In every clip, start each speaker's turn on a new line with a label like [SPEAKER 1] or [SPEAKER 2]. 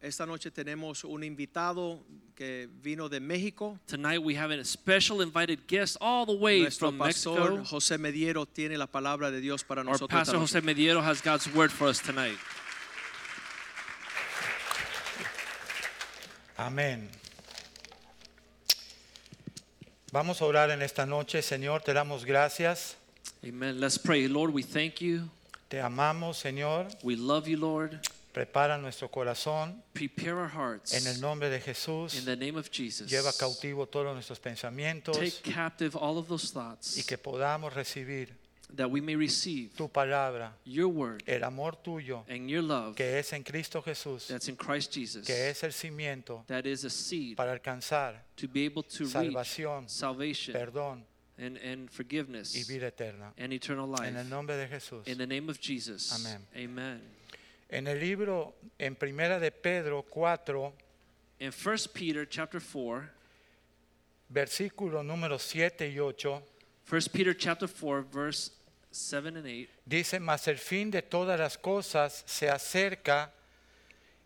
[SPEAKER 1] Esta noche tenemos un invitado que vino de México.
[SPEAKER 2] Tonight we have a special invited guest all the way
[SPEAKER 1] Nuestro
[SPEAKER 2] from
[SPEAKER 1] pastor
[SPEAKER 2] Mexico.
[SPEAKER 1] José Mediero tiene la palabra de Dios para
[SPEAKER 2] Our
[SPEAKER 1] nosotros. esta
[SPEAKER 2] pastor
[SPEAKER 1] noche.
[SPEAKER 2] Jose Mediero has God's word for us tonight.
[SPEAKER 3] Amén. Vamos a orar en esta noche, Señor, te damos gracias,
[SPEAKER 2] Amen. Let's pray. Lord, we thank you.
[SPEAKER 3] te amamos, Señor,
[SPEAKER 2] We love you, Lord.
[SPEAKER 3] prepara nuestro corazón
[SPEAKER 2] Prepare our hearts.
[SPEAKER 3] en el nombre de
[SPEAKER 2] In
[SPEAKER 3] Jesús,
[SPEAKER 2] the name of Jesus.
[SPEAKER 3] lleva cautivo todos nuestros pensamientos
[SPEAKER 2] Take captive all of those thoughts
[SPEAKER 3] y que podamos recibir
[SPEAKER 2] that we may receive
[SPEAKER 3] tu palabra,
[SPEAKER 2] your word
[SPEAKER 3] el amor tuyo
[SPEAKER 2] and your love
[SPEAKER 3] que es en Cristo Jesús,
[SPEAKER 2] that's in Christ Jesus.
[SPEAKER 3] que es el cimiento
[SPEAKER 2] That is a seed
[SPEAKER 3] para alcanzar
[SPEAKER 2] to be able to reach
[SPEAKER 3] salvación,
[SPEAKER 2] salvation
[SPEAKER 3] perdón
[SPEAKER 2] and, and forgiveness
[SPEAKER 3] y vida eterna.
[SPEAKER 2] and eternal life.
[SPEAKER 3] En el nombre de Jesús.
[SPEAKER 2] In the name of Jesus.
[SPEAKER 3] Amén.
[SPEAKER 2] Amen.
[SPEAKER 3] En el libro, en primera de Pedro 4,
[SPEAKER 2] In 1 Peter chapter 4,
[SPEAKER 3] versículo número 7 y 8,
[SPEAKER 2] 1 Peter chapter 4 verse 7 and 8
[SPEAKER 3] dice, mas el fin de todas las cosas se acerca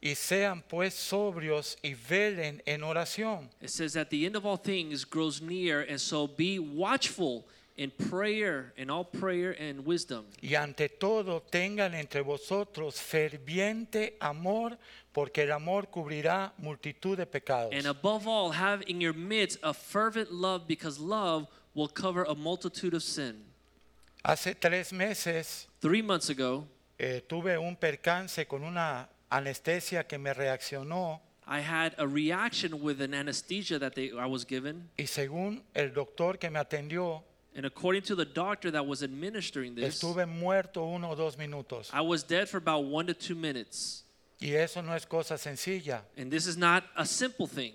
[SPEAKER 3] y sean pues sobrios y velen en oración.
[SPEAKER 2] it says that the end of all things grows near and so be watchful in prayer in all prayer and wisdom
[SPEAKER 3] Y ante todo tengan entre vosotros ferviente amor, porque el amor cubrirá multitud de pecados.
[SPEAKER 2] and above all have in your midst a fervent love because love will cover a multitude of sin.
[SPEAKER 3] Hace tres meses
[SPEAKER 2] 3 months ago
[SPEAKER 3] eh, tuve un percance con una anestesia que me reaccionó
[SPEAKER 2] I had a reaction with an anesthesia that they, I was given
[SPEAKER 3] y según el doctor que me atendió,
[SPEAKER 2] and according to the doctor that was administering this
[SPEAKER 3] Estuve muerto uno o dos minutos.
[SPEAKER 2] I was dead for about 1 to 2 minutes
[SPEAKER 3] Y eso no es cosa sencilla.
[SPEAKER 2] and this is not a simple thing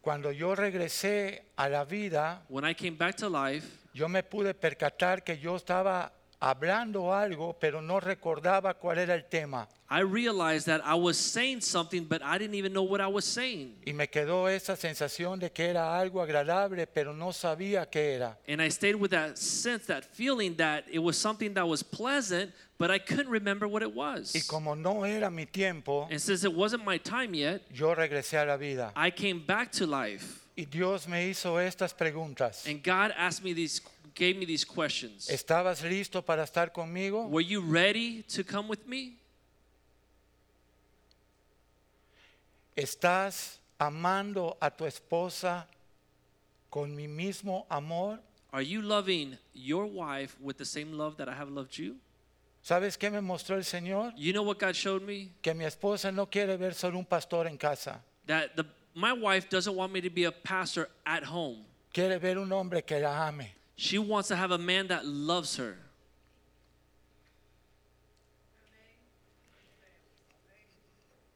[SPEAKER 3] Cuando yo regresé a la vida,
[SPEAKER 2] When I came back to life,
[SPEAKER 3] yo me pude percatar que yo estaba hablando algo, pero no recordaba cuál era el tema.
[SPEAKER 2] I realized that I was saying something, but I didn't even know what I was saying.
[SPEAKER 3] Y me quedó esa sensación de que era algo agradable, pero no sabía qué era.
[SPEAKER 2] And I stayed with that sense, that feeling that it was something that was pleasant, but I couldn't remember what it was.
[SPEAKER 3] Y como no era mi tiempo,
[SPEAKER 2] And since it wasn't my time yet,
[SPEAKER 3] yo regresé a la vida.
[SPEAKER 2] I came back to life.
[SPEAKER 3] Y Dios me hizo estas preguntas.
[SPEAKER 2] And God asked me these, gave me these questions.
[SPEAKER 3] ¿Estabas listo para estar conmigo?
[SPEAKER 2] Were you ready to come with me?
[SPEAKER 3] ¿Estás amando a tu esposa con mi mismo amor?
[SPEAKER 2] Are you loving your wife with the same love that I have loved you?
[SPEAKER 3] ¿Sabes qué me mostró el Señor?
[SPEAKER 2] You know what God showed me?
[SPEAKER 3] Que mi esposa no quiere ver solo un pastor en casa.
[SPEAKER 2] That the, my wife doesn't want me to be a pastor at home.
[SPEAKER 3] Quiere ver un hombre que la ame.
[SPEAKER 2] She wants to have a man that loves her.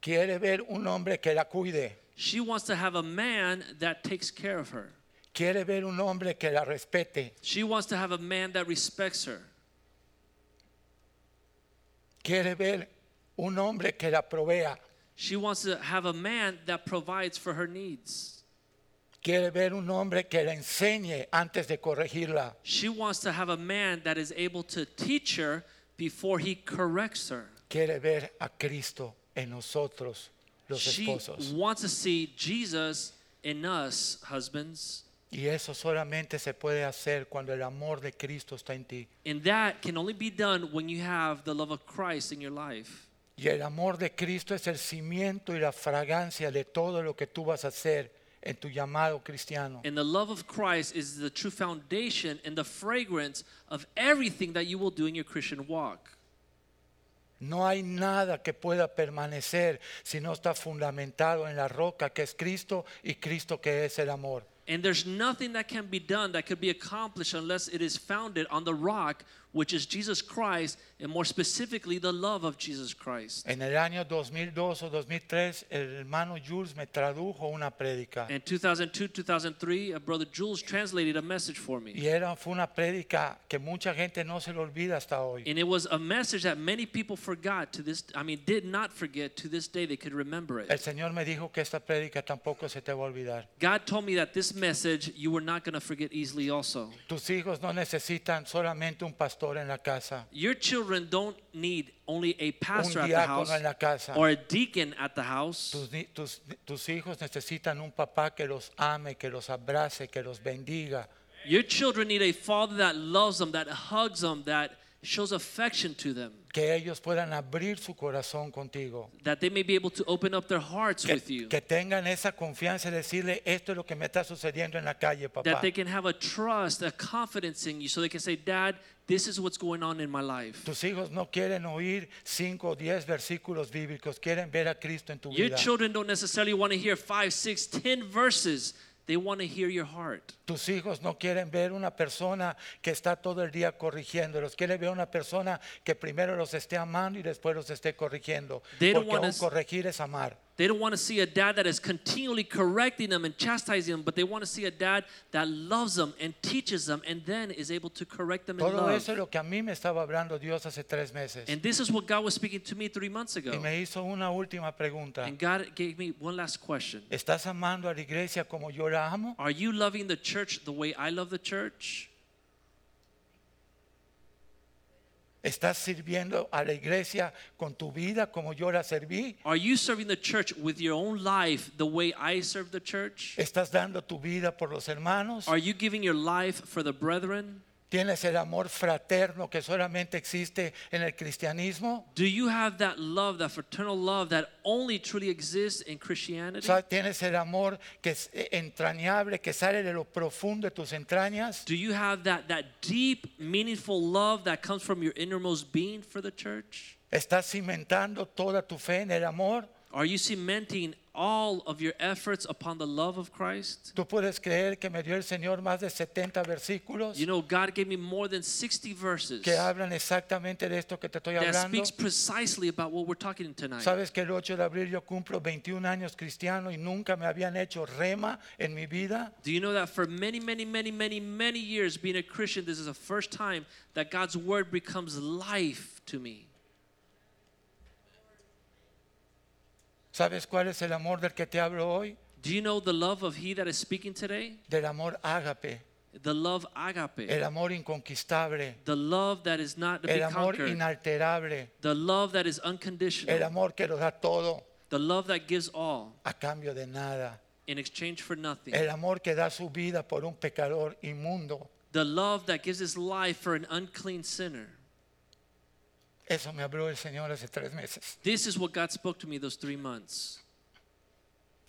[SPEAKER 3] Quiere ver un hombre que la cuide.
[SPEAKER 2] She wants to have a man that takes care of her.
[SPEAKER 3] Quiere ver un hombre que la respete.
[SPEAKER 2] She wants to have a man that respects her.
[SPEAKER 3] Quiere ver un hombre que la provea.
[SPEAKER 2] She wants to have a man that provides for her needs.
[SPEAKER 3] Quiere ver un hombre que la enseñe antes de corregirla.
[SPEAKER 2] She wants to have a man that is able to teach her before he corrects her.
[SPEAKER 3] Quiere ver a Cristo en nosotros, los
[SPEAKER 2] She
[SPEAKER 3] esposos.
[SPEAKER 2] wants to see Jesus in us, husbands.
[SPEAKER 3] Y eso solamente se puede hacer cuando el amor de Cristo está en ti.
[SPEAKER 2] And that can only be done when you have the love of Christ in your life.
[SPEAKER 3] Y el amor de Cristo es el cimiento y la fragancia de todo lo que tú vas a hacer en tu llamado cristiano.
[SPEAKER 2] And the love of Christ is the true foundation and the fragrance of everything that you will do in your Christian walk.
[SPEAKER 3] No hay nada que pueda permanecer si no está fundamentado en la roca que es Cristo y Cristo que es el amor.
[SPEAKER 2] And there's nothing that can be done that could be accomplished unless it is founded on the rock, which is Jesus Christ, and more specifically, the love of Jesus Christ.
[SPEAKER 3] En el año 2002 o 2003, el hermano Jules me tradujo una prédica.
[SPEAKER 2] In 2002, 2003, uh, Brother Jules translated a message for me.
[SPEAKER 3] Y era, fue una prédica que mucha gente no se le olvida hasta hoy.
[SPEAKER 2] And it was a message that many people forgot to this, I mean, did not forget to this day, they could remember
[SPEAKER 3] El
[SPEAKER 2] it.
[SPEAKER 3] Señor me dijo que esta prédica tampoco se te va a olvidar.
[SPEAKER 2] God told me that this message you were not going to forget easily, also.
[SPEAKER 3] Tus hijos no necesitan solamente un pastor en la casa.
[SPEAKER 2] Your children don't need only a pastor at the
[SPEAKER 3] diácono
[SPEAKER 2] house
[SPEAKER 3] en la casa.
[SPEAKER 2] or a deacon at the house.
[SPEAKER 3] Tus, ni- tus- tus hijos necesitan un papá que los ame, que los abrace, que los bendiga.
[SPEAKER 2] Your children need a father that loves them, that hugs them, that shows affection to them,
[SPEAKER 3] Que ellos puedan abrir su corazón contigo.
[SPEAKER 2] that they may be able to open up their hearts with
[SPEAKER 3] Que,
[SPEAKER 2] you,
[SPEAKER 3] que tengan esa confianza y decirle, esto es lo que me está sucediendo en la calle, papá.
[SPEAKER 2] that they can have a trust, a confidence in you, so they can say, Dad, this is what's going on in my life.
[SPEAKER 3] Tus hijos no quieren oír 5 o 10 versículos bíblicos, quieren ver a Cristo en tu
[SPEAKER 2] Your
[SPEAKER 3] vida.
[SPEAKER 2] children don't necessarily want to hear five, six, ten verses. They want to hear your heart.
[SPEAKER 3] Tus hijos no quieren ver una persona que está todo el día corrigiéndolos, quieren ver una persona que primero los esté amando y después los esté corrigiendo.
[SPEAKER 2] They don't
[SPEAKER 3] Porque
[SPEAKER 2] wanna
[SPEAKER 3] aún
[SPEAKER 2] s-
[SPEAKER 3] corregir es amar.
[SPEAKER 2] They don't want to see a dad that is continually correcting them and chastising them, but they want to see a dad that loves them and teaches them and then is able to correct them in
[SPEAKER 3] Todo
[SPEAKER 2] love.
[SPEAKER 3] eso es lo que a mí me estaba hablando Dios hace tres meses.
[SPEAKER 2] And this is what God was speaking to me three months
[SPEAKER 3] Y
[SPEAKER 2] ago.
[SPEAKER 3] me hizo una última pregunta.
[SPEAKER 2] And God gave me one last question.
[SPEAKER 3] ¿Estás amando a la iglesia como yo la amo?
[SPEAKER 2] Are you loving the church the way I love the church?
[SPEAKER 3] ¿Estás sirviendo a la iglesia con tu vida como yo la serví?
[SPEAKER 2] Are you serving the church with your own life the way I serve the church?
[SPEAKER 3] ¿Estás dando tu vida por los hermanos?
[SPEAKER 2] Are you giving your life for the brethren?
[SPEAKER 3] ¿Tienes el amor fraterno que solamente existe en el cristianismo?
[SPEAKER 2] Do you have that love, that fraternal love that only truly exists in Christianity?
[SPEAKER 3] ¿Sabes? ¿Tienes el amor que es eh, entrañable, que sale de lo profundo de tus entrañas?
[SPEAKER 2] Do you have that, that deep, meaningful love that comes from your innermost being for the church?
[SPEAKER 3] ¿Estás cimentando toda tu fe en el amor?
[SPEAKER 2] Are you cementing all of your efforts upon the love of Christ?
[SPEAKER 3] ¿Tú puedes creer que me dio el Señor más de 70 versículos
[SPEAKER 2] You know, God gave me more than 60 verses.
[SPEAKER 3] que hablan exactamente de esto que te estoy
[SPEAKER 2] that
[SPEAKER 3] hablando?
[SPEAKER 2] speaks precisely about what we're talking tonight.
[SPEAKER 3] ¿Sabes que el 8 de abril yo cumplo 21 años cristiano y nunca me habían hecho rema en mi vida?
[SPEAKER 2] Do you know that for many, many, many, many, many years being a Christian, this is the first time that God's word becomes life to me?
[SPEAKER 3] ¿Sabes cuál es el amor del que te hablo hoy?
[SPEAKER 2] Do you know the love of He that is speaking today?
[SPEAKER 3] Del amor ágape,
[SPEAKER 2] The love agape,
[SPEAKER 3] el amor inconquistable,
[SPEAKER 2] the love that is not to be
[SPEAKER 3] el amor
[SPEAKER 2] conquered,
[SPEAKER 3] inalterable,
[SPEAKER 2] the love that is
[SPEAKER 3] el
[SPEAKER 2] unconditional,
[SPEAKER 3] amor que lo da todo
[SPEAKER 2] the love that gives all
[SPEAKER 3] a cambio de nada,
[SPEAKER 2] in exchange for nothing,
[SPEAKER 3] el amor que da su vida por un pecador inmundo.
[SPEAKER 2] the love that gives His life for an unclean sinner.
[SPEAKER 3] Eso me habló el Señor hace tres meses.
[SPEAKER 2] This is what God spoke to me those three months.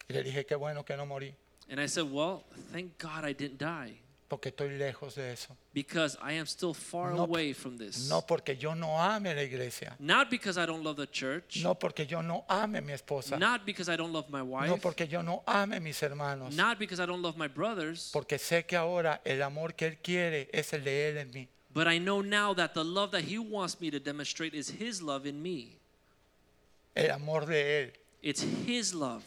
[SPEAKER 3] Y le dije, qué bueno que no morí,
[SPEAKER 2] And I said, Well, thank God I didn't die.
[SPEAKER 3] porque estoy lejos de eso.
[SPEAKER 2] because I am still far
[SPEAKER 3] No,
[SPEAKER 2] away from this.
[SPEAKER 3] No porque yo no ame la iglesia,
[SPEAKER 2] Not because I don't love the church.
[SPEAKER 3] no porque yo no ame mi esposa,
[SPEAKER 2] Not because I don't love my wife.
[SPEAKER 3] no porque yo no ame mis hermanos,
[SPEAKER 2] Not because I don't love my brothers.
[SPEAKER 3] porque sé que ahora el amor que Él quiere es el de Él en mí.
[SPEAKER 2] But I know now that the love that He wants me to demonstrate is His love in me.
[SPEAKER 3] El amor de Él
[SPEAKER 2] It's His love,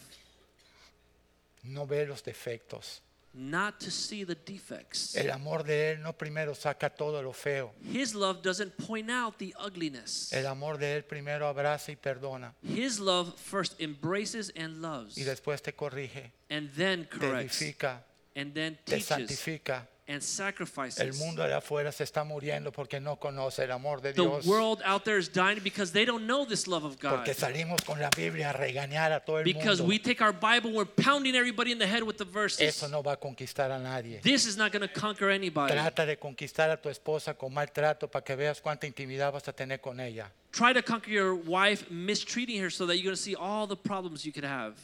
[SPEAKER 3] no ve los defectos.
[SPEAKER 2] not to see the defects.
[SPEAKER 3] El amor de Él no primero saca todo lo feo.
[SPEAKER 2] His love doesn't point out the ugliness.
[SPEAKER 3] El amor de Él primero abraza y perdona
[SPEAKER 2] His love first embraces and loves,
[SPEAKER 3] y después te corrige,
[SPEAKER 2] and then
[SPEAKER 3] te
[SPEAKER 2] corrects,
[SPEAKER 3] edifica,
[SPEAKER 2] and then
[SPEAKER 3] te
[SPEAKER 2] teaches,
[SPEAKER 3] santifica.
[SPEAKER 2] and
[SPEAKER 3] El
[SPEAKER 2] sacrifices.
[SPEAKER 3] mundo de afuera se está muriendo porque no conoce el amor de
[SPEAKER 2] The
[SPEAKER 3] Dios.
[SPEAKER 2] world out there is dying because they don't know this love of God.
[SPEAKER 3] Porque salimos con la Biblia a regañar a todo el
[SPEAKER 2] Ah, Because we
[SPEAKER 3] mundo.
[SPEAKER 2] take our Bible, we're pounding everybody in the head with the verses.
[SPEAKER 3] Eso no va a conquistar a nadie.
[SPEAKER 2] This is not going to conquer anybody.
[SPEAKER 3] Trata de conquistar a tu esposa con maltrato para que veas cuánta intimidad vas a tener con ella.
[SPEAKER 2] Try to conquer your wife mistreating her so that you're going to see all the problems you could have.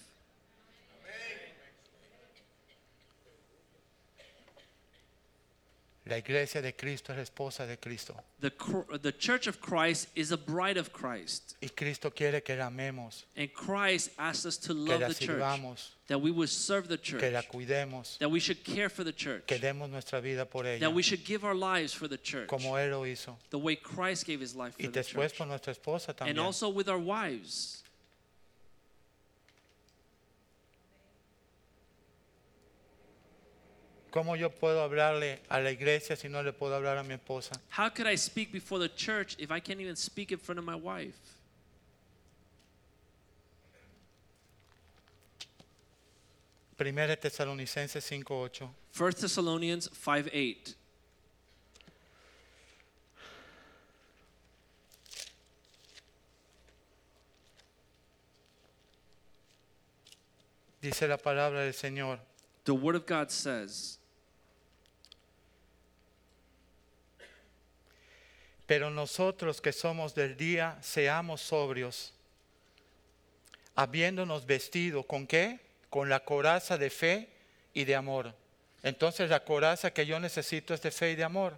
[SPEAKER 3] La La iglesia de Cristo es la esposa de Cristo.
[SPEAKER 2] The, cr- the church of Christ is a bride of Christ.
[SPEAKER 3] Y Cristo quiere que la amemos,
[SPEAKER 2] And Christ asks us to
[SPEAKER 3] que
[SPEAKER 2] love
[SPEAKER 3] la
[SPEAKER 2] the church,
[SPEAKER 3] sirvamos,
[SPEAKER 2] that we would serve the
[SPEAKER 3] que la
[SPEAKER 2] church,
[SPEAKER 3] cuidemos,
[SPEAKER 2] that we should care for the church,
[SPEAKER 3] que demos nuestra vida por ella,
[SPEAKER 2] that we should give our lives for the church,
[SPEAKER 3] como Él lo hizo.
[SPEAKER 2] the way Christ gave his life
[SPEAKER 3] Y
[SPEAKER 2] for the
[SPEAKER 3] después
[SPEAKER 2] church.
[SPEAKER 3] por nuestra esposa
[SPEAKER 2] And
[SPEAKER 3] también.
[SPEAKER 2] also with our wives.
[SPEAKER 3] ¿Cómo yo puedo hablarle a la iglesia si no le puedo hablar a mi esposa?
[SPEAKER 2] How could I speak before the church if I can't even speak in front of my wife?
[SPEAKER 3] Primera Tesalonicenses 5:8.
[SPEAKER 2] 1 Thessalonians 5 8.
[SPEAKER 3] Dice la palabra del Señor.
[SPEAKER 2] The Word of God says,
[SPEAKER 3] Pero nosotros que somos del día, seamos sobrios, habiéndonos vestido con qué? Con la coraza de fe y de amor. Entonces la coraza que yo necesito es de fe y de amor.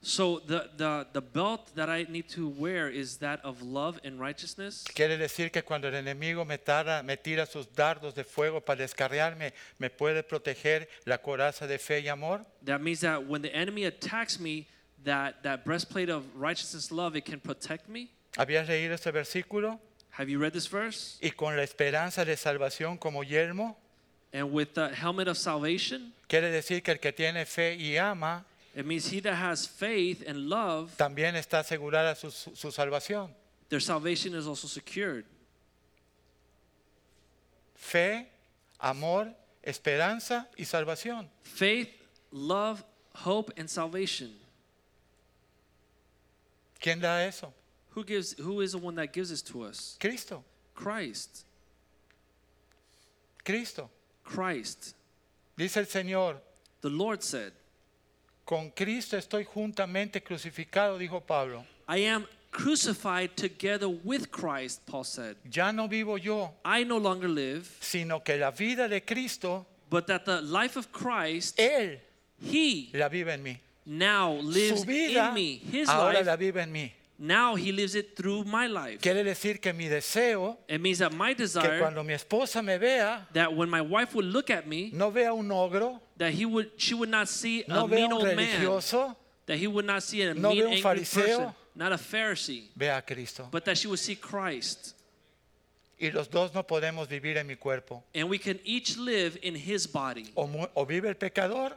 [SPEAKER 2] So the, the, the belt that I need to wear is that of love and righteousness.
[SPEAKER 3] Quiere decir que cuando el enemigo me, tara- me tira sus dardos de fuego para descarriarme, ¿me puede proteger la coraza de fe y amor?
[SPEAKER 2] That means that when the enemy attacks me, that, that breastplate of righteousness, love, it can protect me.
[SPEAKER 3] ¿Habías leído este versículo?
[SPEAKER 2] Have you read this verse?
[SPEAKER 3] Y con la esperanza de salvación como yelmo,
[SPEAKER 2] And with the helmet of salvation,
[SPEAKER 3] quiere decir que el que tiene fe y ama
[SPEAKER 2] it means he that has faith and love,
[SPEAKER 3] también está asegurada su, su- su salvación.
[SPEAKER 2] their salvation is also secured.
[SPEAKER 3] Fe, amor, esperanza y salvación.
[SPEAKER 2] Faith, love, hope, and salvation.
[SPEAKER 3] ¿Quién da eso?
[SPEAKER 2] Who gives who is the one that gives this to us?
[SPEAKER 3] Cristo,
[SPEAKER 2] Christ.
[SPEAKER 3] Cristo.
[SPEAKER 2] Christ.
[SPEAKER 3] Dice el Señor,
[SPEAKER 2] The Lord said,
[SPEAKER 3] con Cristo estoy juntamente crucificado, dijo Pablo.
[SPEAKER 2] I am crucified together with Christ, Paul said.
[SPEAKER 3] Ya no vivo yo,
[SPEAKER 2] I no longer live,
[SPEAKER 3] sino que la vida de Cristo,
[SPEAKER 2] but that the life of Christ,
[SPEAKER 3] Él
[SPEAKER 2] He
[SPEAKER 3] la vive en mí.
[SPEAKER 2] now lives
[SPEAKER 3] Su vida
[SPEAKER 2] in me. His
[SPEAKER 3] ahora la
[SPEAKER 2] life,
[SPEAKER 3] vive en mí.
[SPEAKER 2] now He lives it through my life.
[SPEAKER 3] Quiere decir que mi deseo,
[SPEAKER 2] It means that my
[SPEAKER 3] que
[SPEAKER 2] desire
[SPEAKER 3] cuando mi esposa me vea,
[SPEAKER 2] that when my wife would look at me,
[SPEAKER 3] no vea un ogro,
[SPEAKER 2] that he would she would not see
[SPEAKER 3] no
[SPEAKER 2] a
[SPEAKER 3] vea
[SPEAKER 2] mean
[SPEAKER 3] un
[SPEAKER 2] old man,
[SPEAKER 3] religioso,
[SPEAKER 2] that he would not see a
[SPEAKER 3] No
[SPEAKER 2] mean
[SPEAKER 3] vea un
[SPEAKER 2] angry person,
[SPEAKER 3] fariseo.
[SPEAKER 2] not a Pharisee,
[SPEAKER 3] vea a Cristo.
[SPEAKER 2] but that she would see Christ.
[SPEAKER 3] Y los dos no podemos vivir en mi cuerpo.
[SPEAKER 2] And we can each live in His body,
[SPEAKER 3] O, mu- o vive el pecador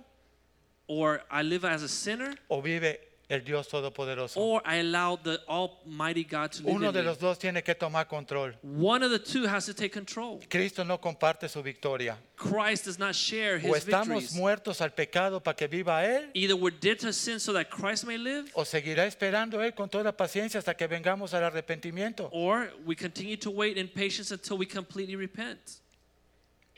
[SPEAKER 2] or I live as a sinner,
[SPEAKER 3] o vive el Dios Todopoderoso.
[SPEAKER 2] or I allow the Almighty God to live
[SPEAKER 3] Uno
[SPEAKER 2] in
[SPEAKER 3] de
[SPEAKER 2] me.
[SPEAKER 3] los dos tiene que tomar control.
[SPEAKER 2] One of the two has to take control.
[SPEAKER 3] Cristo no comparte su victoria.
[SPEAKER 2] Christ does not share
[SPEAKER 3] O
[SPEAKER 2] His
[SPEAKER 3] estamos
[SPEAKER 2] victories.
[SPEAKER 3] muertos al pecado para que viva Él,
[SPEAKER 2] Either we're dead to sin so that Christ may live,
[SPEAKER 3] o seguirá esperando Él con toda paciencia hasta que vengamos al arrepentimiento.
[SPEAKER 2] or we continue to wait in patience until we completely repent.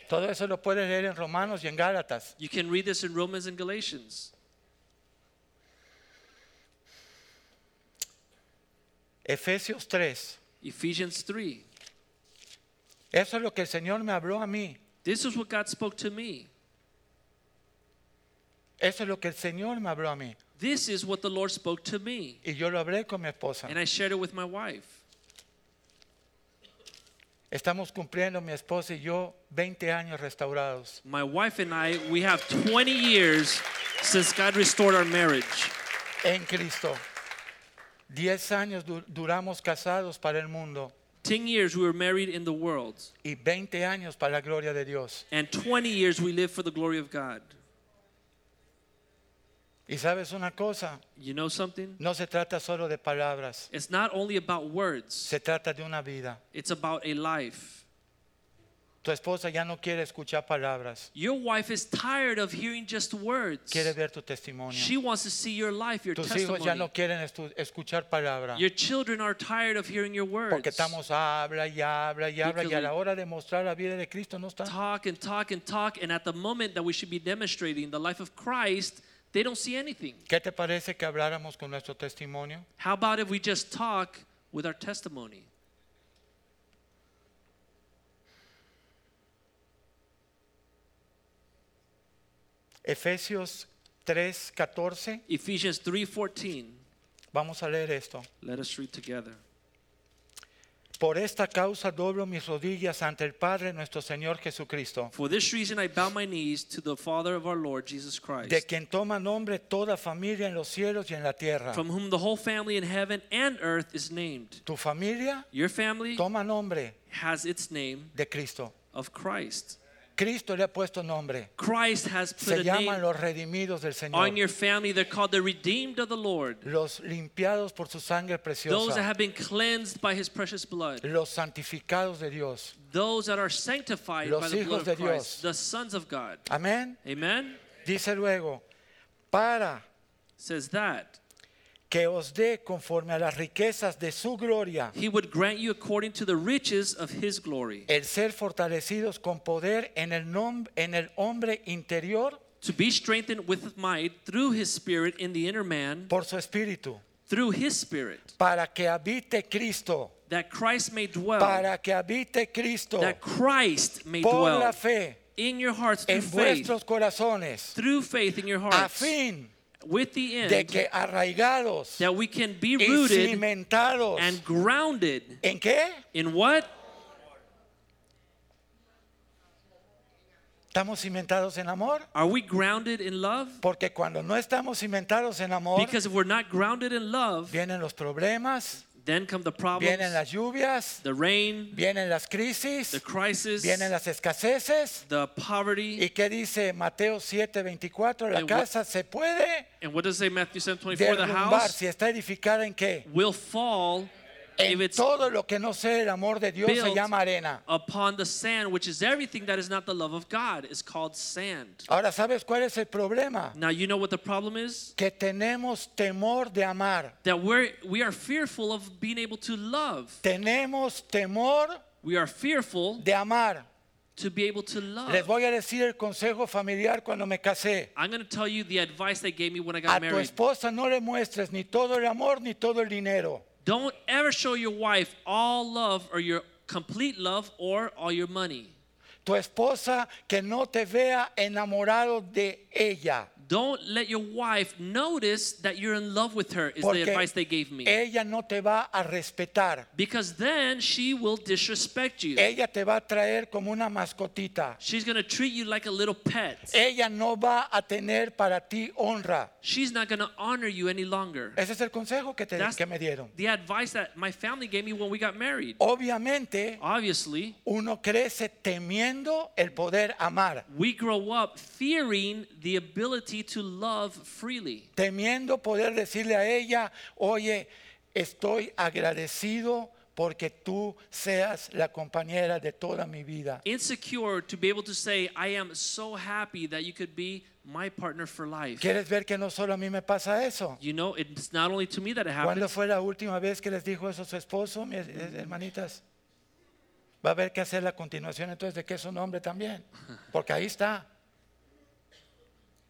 [SPEAKER 3] Todo eso lo puedes leer en Romanos y en Gálatas.
[SPEAKER 2] You can read this in Romans and Galatians.
[SPEAKER 3] Efesios 3.
[SPEAKER 2] Ephesians 3.
[SPEAKER 3] Eso es lo que el Señor me habló a mí.
[SPEAKER 2] This is what God spoke to me.
[SPEAKER 3] Eso es lo que el Señor me habló a mí.
[SPEAKER 2] This is what the Lord spoke to me.
[SPEAKER 3] Y yo lo hablé con mi esposa.
[SPEAKER 2] And I shared it with my wife.
[SPEAKER 3] Estamos cumpliendo mi esposa y yo 20 años restaurados.
[SPEAKER 2] My wife and I, we have 20 years since God restored our marriage.
[SPEAKER 3] en Cristo. Diez años du- duramos casados para el mundo
[SPEAKER 2] 10 years we were married in the world,
[SPEAKER 3] y 20 años para la gloria de Dios.
[SPEAKER 2] and 20 years we lived for the glory of God.
[SPEAKER 3] Y sabes una cosa,
[SPEAKER 2] You know something?
[SPEAKER 3] no se trata solo de palabras,
[SPEAKER 2] It's not only about words,
[SPEAKER 3] se trata de una vida.
[SPEAKER 2] it's about a life.
[SPEAKER 3] Tu esposa ya no quiere escuchar palabras,
[SPEAKER 2] Your wife is tired of hearing just words.
[SPEAKER 3] quiere ver tu testimonio.
[SPEAKER 2] She wants to see your life, your
[SPEAKER 3] Tus hijos ya no
[SPEAKER 2] testimony.
[SPEAKER 3] quieren estu- escuchar palabras
[SPEAKER 2] Your children are tired of hearing your words.
[SPEAKER 3] porque estamos habla y habla y habla y a
[SPEAKER 2] Because
[SPEAKER 3] la
[SPEAKER 2] we-
[SPEAKER 3] hora de mostrar la vida de Cristo no está.
[SPEAKER 2] talk and talk and talk, and at the moment that we should be demonstrating the life of Christ, they don't see anything.
[SPEAKER 3] ¿Qué te parece que habláramos con nuestro testimonio?
[SPEAKER 2] How about if we just talk with our testimony?
[SPEAKER 3] Efesios 3:14.
[SPEAKER 2] Ephesians 3:14.
[SPEAKER 3] Vamos a leer esto.
[SPEAKER 2] Let us read together.
[SPEAKER 3] Por esta causa doblo mis rodillas ante el Padre nuestro Señor Jesucristo,
[SPEAKER 2] For this reason I bow my knees to the Father of our Lord Jesus
[SPEAKER 3] de
[SPEAKER 2] Christ,
[SPEAKER 3] quien toma nombre toda familia en los cielos y en la tierra.
[SPEAKER 2] from whom the whole family in heaven and earth is named.
[SPEAKER 3] Tu familia
[SPEAKER 2] Your family
[SPEAKER 3] toma nombre
[SPEAKER 2] has its name
[SPEAKER 3] de Cristo.
[SPEAKER 2] of Christ.
[SPEAKER 3] Cristo le ha puesto nombre.
[SPEAKER 2] Christ has put
[SPEAKER 3] Se
[SPEAKER 2] a name
[SPEAKER 3] llaman los redimidos del Señor,
[SPEAKER 2] on your family. They're called the redeemed of the Lord.
[SPEAKER 3] los limpiados por su sangre
[SPEAKER 2] Those that
[SPEAKER 3] preciosa,
[SPEAKER 2] have been cleansed by his precious blood.
[SPEAKER 3] los santificados de Dios.
[SPEAKER 2] Those that are sanctified
[SPEAKER 3] Los
[SPEAKER 2] by the
[SPEAKER 3] hijos
[SPEAKER 2] blood
[SPEAKER 3] de
[SPEAKER 2] of Christ.
[SPEAKER 3] Dios. Ah.
[SPEAKER 2] The sons of God.
[SPEAKER 3] Amén.
[SPEAKER 2] Amen?
[SPEAKER 3] Dice luego, para
[SPEAKER 2] Says that.
[SPEAKER 3] que os dé conforme a las riquezas de su gloria
[SPEAKER 2] He would grant you according to the riches of his glory.
[SPEAKER 3] el ser fortalecidos con poder en el, nom- en el hombre interior
[SPEAKER 2] To be strengthened with might through his spirit in the inner man.
[SPEAKER 3] por su espíritu,
[SPEAKER 2] Through his spirit.
[SPEAKER 3] para que habite Cristo,
[SPEAKER 2] That Christ may dwell.
[SPEAKER 3] para que habite Cristo
[SPEAKER 2] That Christ may
[SPEAKER 3] por
[SPEAKER 2] dwell.
[SPEAKER 3] la fe
[SPEAKER 2] in your hearts through
[SPEAKER 3] en
[SPEAKER 2] faith.
[SPEAKER 3] vuestros corazones,
[SPEAKER 2] Through faith in your
[SPEAKER 3] a
[SPEAKER 2] hearts.
[SPEAKER 3] fin
[SPEAKER 2] With the end.
[SPEAKER 3] de que arraigados
[SPEAKER 2] that we can be
[SPEAKER 3] y
[SPEAKER 2] rooted
[SPEAKER 3] cimentados
[SPEAKER 2] and grounded
[SPEAKER 3] en qué?
[SPEAKER 2] in what?
[SPEAKER 3] ¿Estamos cimentados en amor?
[SPEAKER 2] Are we grounded in love?
[SPEAKER 3] Porque cuando no estamos cimentados en amor,
[SPEAKER 2] Because if we're not grounded in love,
[SPEAKER 3] vienen los problemas,
[SPEAKER 2] then come the
[SPEAKER 3] vienen
[SPEAKER 2] problems,
[SPEAKER 3] las lluvias,
[SPEAKER 2] the rain,
[SPEAKER 3] vienen las crisis,
[SPEAKER 2] the crisis,
[SPEAKER 3] vienen las escaseces.
[SPEAKER 2] the poverty.
[SPEAKER 3] ¿Y qué dice Mateo 7:24? La
[SPEAKER 2] And Eh, what-
[SPEAKER 3] casa se puede
[SPEAKER 2] And what does it say Matthew 7:24? The
[SPEAKER 3] derrumbar
[SPEAKER 2] house
[SPEAKER 3] si está edificada en qué?
[SPEAKER 2] will fall if
[SPEAKER 3] En
[SPEAKER 2] it's
[SPEAKER 3] todo lo que no sea el amor de Dios se
[SPEAKER 2] built
[SPEAKER 3] llama arena.
[SPEAKER 2] upon the sand, which is everything that is not the love of God, is called sand.
[SPEAKER 3] Ahora, ¿sabes cuál es el problema?
[SPEAKER 2] Now you know what the problem is?
[SPEAKER 3] Que tenemos temor de amar.
[SPEAKER 2] That we're we are fearful of being able to love.
[SPEAKER 3] Tenemos temor
[SPEAKER 2] We are fearful
[SPEAKER 3] de amar.
[SPEAKER 2] to be able to love.
[SPEAKER 3] Les voy a decir el consejo familiar cuando me casé.
[SPEAKER 2] I'm going to tell you the advice they gave me when I
[SPEAKER 3] A
[SPEAKER 2] got
[SPEAKER 3] tu
[SPEAKER 2] married.
[SPEAKER 3] esposa no le muestres ni todo el amor ni todo el dinero.
[SPEAKER 2] Don't ever show your wife all love or your complete love or all your money.
[SPEAKER 3] Tu esposa que no te vea enamorado de ella.
[SPEAKER 2] Don't let your wife notice that you're in love with her, is the
[SPEAKER 3] Porque eh,
[SPEAKER 2] advice they gave me.
[SPEAKER 3] ella no te va a respetar.
[SPEAKER 2] Because then she will disrespect you.
[SPEAKER 3] Ella te va a traer como una mascotita.
[SPEAKER 2] She's going to treat you like a little pet.
[SPEAKER 3] Ella no va a tener para ti honra.
[SPEAKER 2] She's not going to honor you any longer.
[SPEAKER 3] Ese es el consejo que, te-
[SPEAKER 2] That's
[SPEAKER 3] que eh, me dieron. Oh.
[SPEAKER 2] the advice that my family gave me when we got married.
[SPEAKER 3] Obviamente,
[SPEAKER 2] Obviously,
[SPEAKER 3] uno crece temiendo el poder amar,
[SPEAKER 2] we grow up fearing the ability to love freely.
[SPEAKER 3] temiendo poder decirle a ella, oye, estoy agradecido porque tú seas la compañera de toda mi vida.
[SPEAKER 2] insecure to be able to say, I am so happy that you could be my partner for life.
[SPEAKER 3] ¿Quieres ver que no solo a mí me pasa eso?
[SPEAKER 2] You know, it's not only to me that it
[SPEAKER 3] ¿Cuándo
[SPEAKER 2] happens.
[SPEAKER 3] fue la última vez que les dijo eso su esposo, mis eh, hermanitas? Va a haber que hacer la continuación entonces de que es un hombre también, porque ahí está.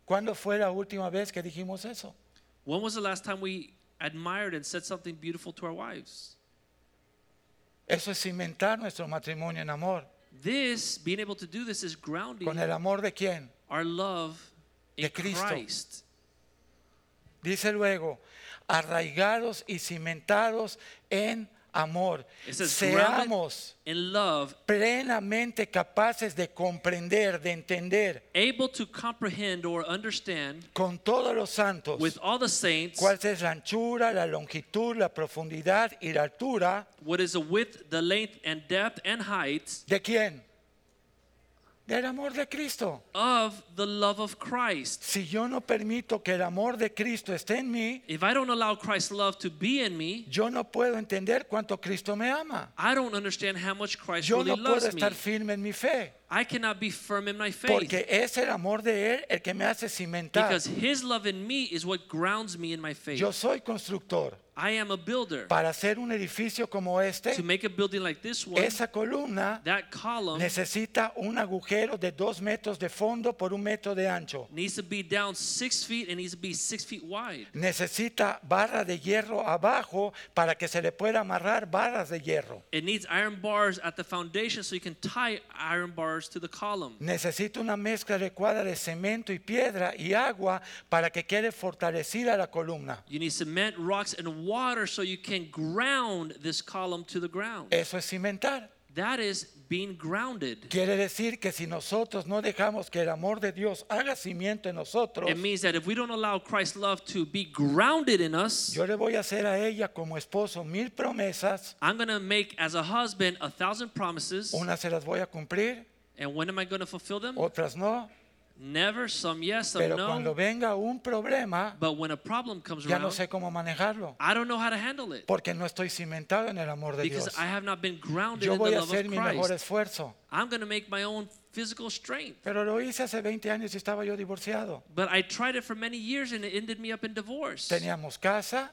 [SPEAKER 3] ¿Cuándo fue la última vez que dijimos eso?
[SPEAKER 2] When was the last time we admired and said something beautiful to our wives?
[SPEAKER 3] Eso es cimentar nuestro matrimonio en amor.
[SPEAKER 2] This, being able to do this, is grounding
[SPEAKER 3] ¿Con el amor de quién?
[SPEAKER 2] our love in
[SPEAKER 3] De Cristo.
[SPEAKER 2] Christ.
[SPEAKER 3] Dice luego, arraigados y cimentados en amor.
[SPEAKER 2] It says, grounded
[SPEAKER 3] Seamos
[SPEAKER 2] in love,
[SPEAKER 3] plenamente capaces de comprender, de entender
[SPEAKER 2] able to comprehend or understand
[SPEAKER 3] con todos los santos.
[SPEAKER 2] with all the saints
[SPEAKER 3] cuál es la anchura, la longitud, la profundidad y la altura
[SPEAKER 2] what is the width, the length, and depth, and height
[SPEAKER 3] de quién? Del amor de Cristo.
[SPEAKER 2] of the love of Christ.
[SPEAKER 3] Si yo no permito que el amor de Cristo esté en mí,
[SPEAKER 2] If I don't allow Christ's love to be in me,
[SPEAKER 3] yo no puedo entender cuánto Cristo me ama.
[SPEAKER 2] I don't understand how much Christ
[SPEAKER 3] Yo
[SPEAKER 2] really
[SPEAKER 3] no puedo
[SPEAKER 2] loves me.
[SPEAKER 3] estar firme en mi fe,
[SPEAKER 2] I cannot be firm in my faith
[SPEAKER 3] porque es el amor de Él el que me hace cimentar.
[SPEAKER 2] because His love in me is what grounds me in my faith.
[SPEAKER 3] Yo soy constructor.
[SPEAKER 2] I am a builder.
[SPEAKER 3] Para hacer un edificio como este,
[SPEAKER 2] To make a building like this one,
[SPEAKER 3] esa columna
[SPEAKER 2] that column
[SPEAKER 3] necesita un agujero de dos metros de fondo por un metro de ancho.
[SPEAKER 2] needs to be down six feet and needs to be six feet wide.
[SPEAKER 3] necesita barra de hierro abajo para que se le pueda amarrar barras de hierro.
[SPEAKER 2] It needs iron bars at the foundation so you can tie iron bars bars to the column.
[SPEAKER 3] Necesita una mezcla adecuada de cemento y piedra y agua para que quede fortalecida la columna.
[SPEAKER 2] You need cement, rocks, and water so you can ground this column to the ground.
[SPEAKER 3] Eso es cimentar.
[SPEAKER 2] That is being grounded.
[SPEAKER 3] Quiere decir que si nosotros no dejamos que el amor de Dios haga cimiento en nosotros,
[SPEAKER 2] It means that if we don't allow Christ's love to be grounded in us,
[SPEAKER 3] yo le voy a hacer a ella como esposo mil promesas,
[SPEAKER 2] I'm going to make, as a husband, a thousand promises.
[SPEAKER 3] unas se las voy a cumplir,
[SPEAKER 2] And when am I going to fulfill them?
[SPEAKER 3] otras no,
[SPEAKER 2] Never. Some yes, some
[SPEAKER 3] pero cuando
[SPEAKER 2] no.
[SPEAKER 3] venga un problema,
[SPEAKER 2] But when a problem comes
[SPEAKER 3] ya no
[SPEAKER 2] around,
[SPEAKER 3] sé cómo manejarlo,
[SPEAKER 2] I don't know how to handle it
[SPEAKER 3] porque no estoy cimentado en el amor de
[SPEAKER 2] because
[SPEAKER 3] Dios.
[SPEAKER 2] I have not been grounded
[SPEAKER 3] Yo
[SPEAKER 2] in the
[SPEAKER 3] voy a
[SPEAKER 2] love
[SPEAKER 3] hacer
[SPEAKER 2] of
[SPEAKER 3] mi mejor
[SPEAKER 2] Christ.
[SPEAKER 3] esfuerzo,
[SPEAKER 2] I'm going to make my own physical strength.
[SPEAKER 3] pero lo hice hace 20 años y estaba yo divorciado.
[SPEAKER 2] But I tried it for many years and it ended me up in divorce.
[SPEAKER 3] Teníamos casa,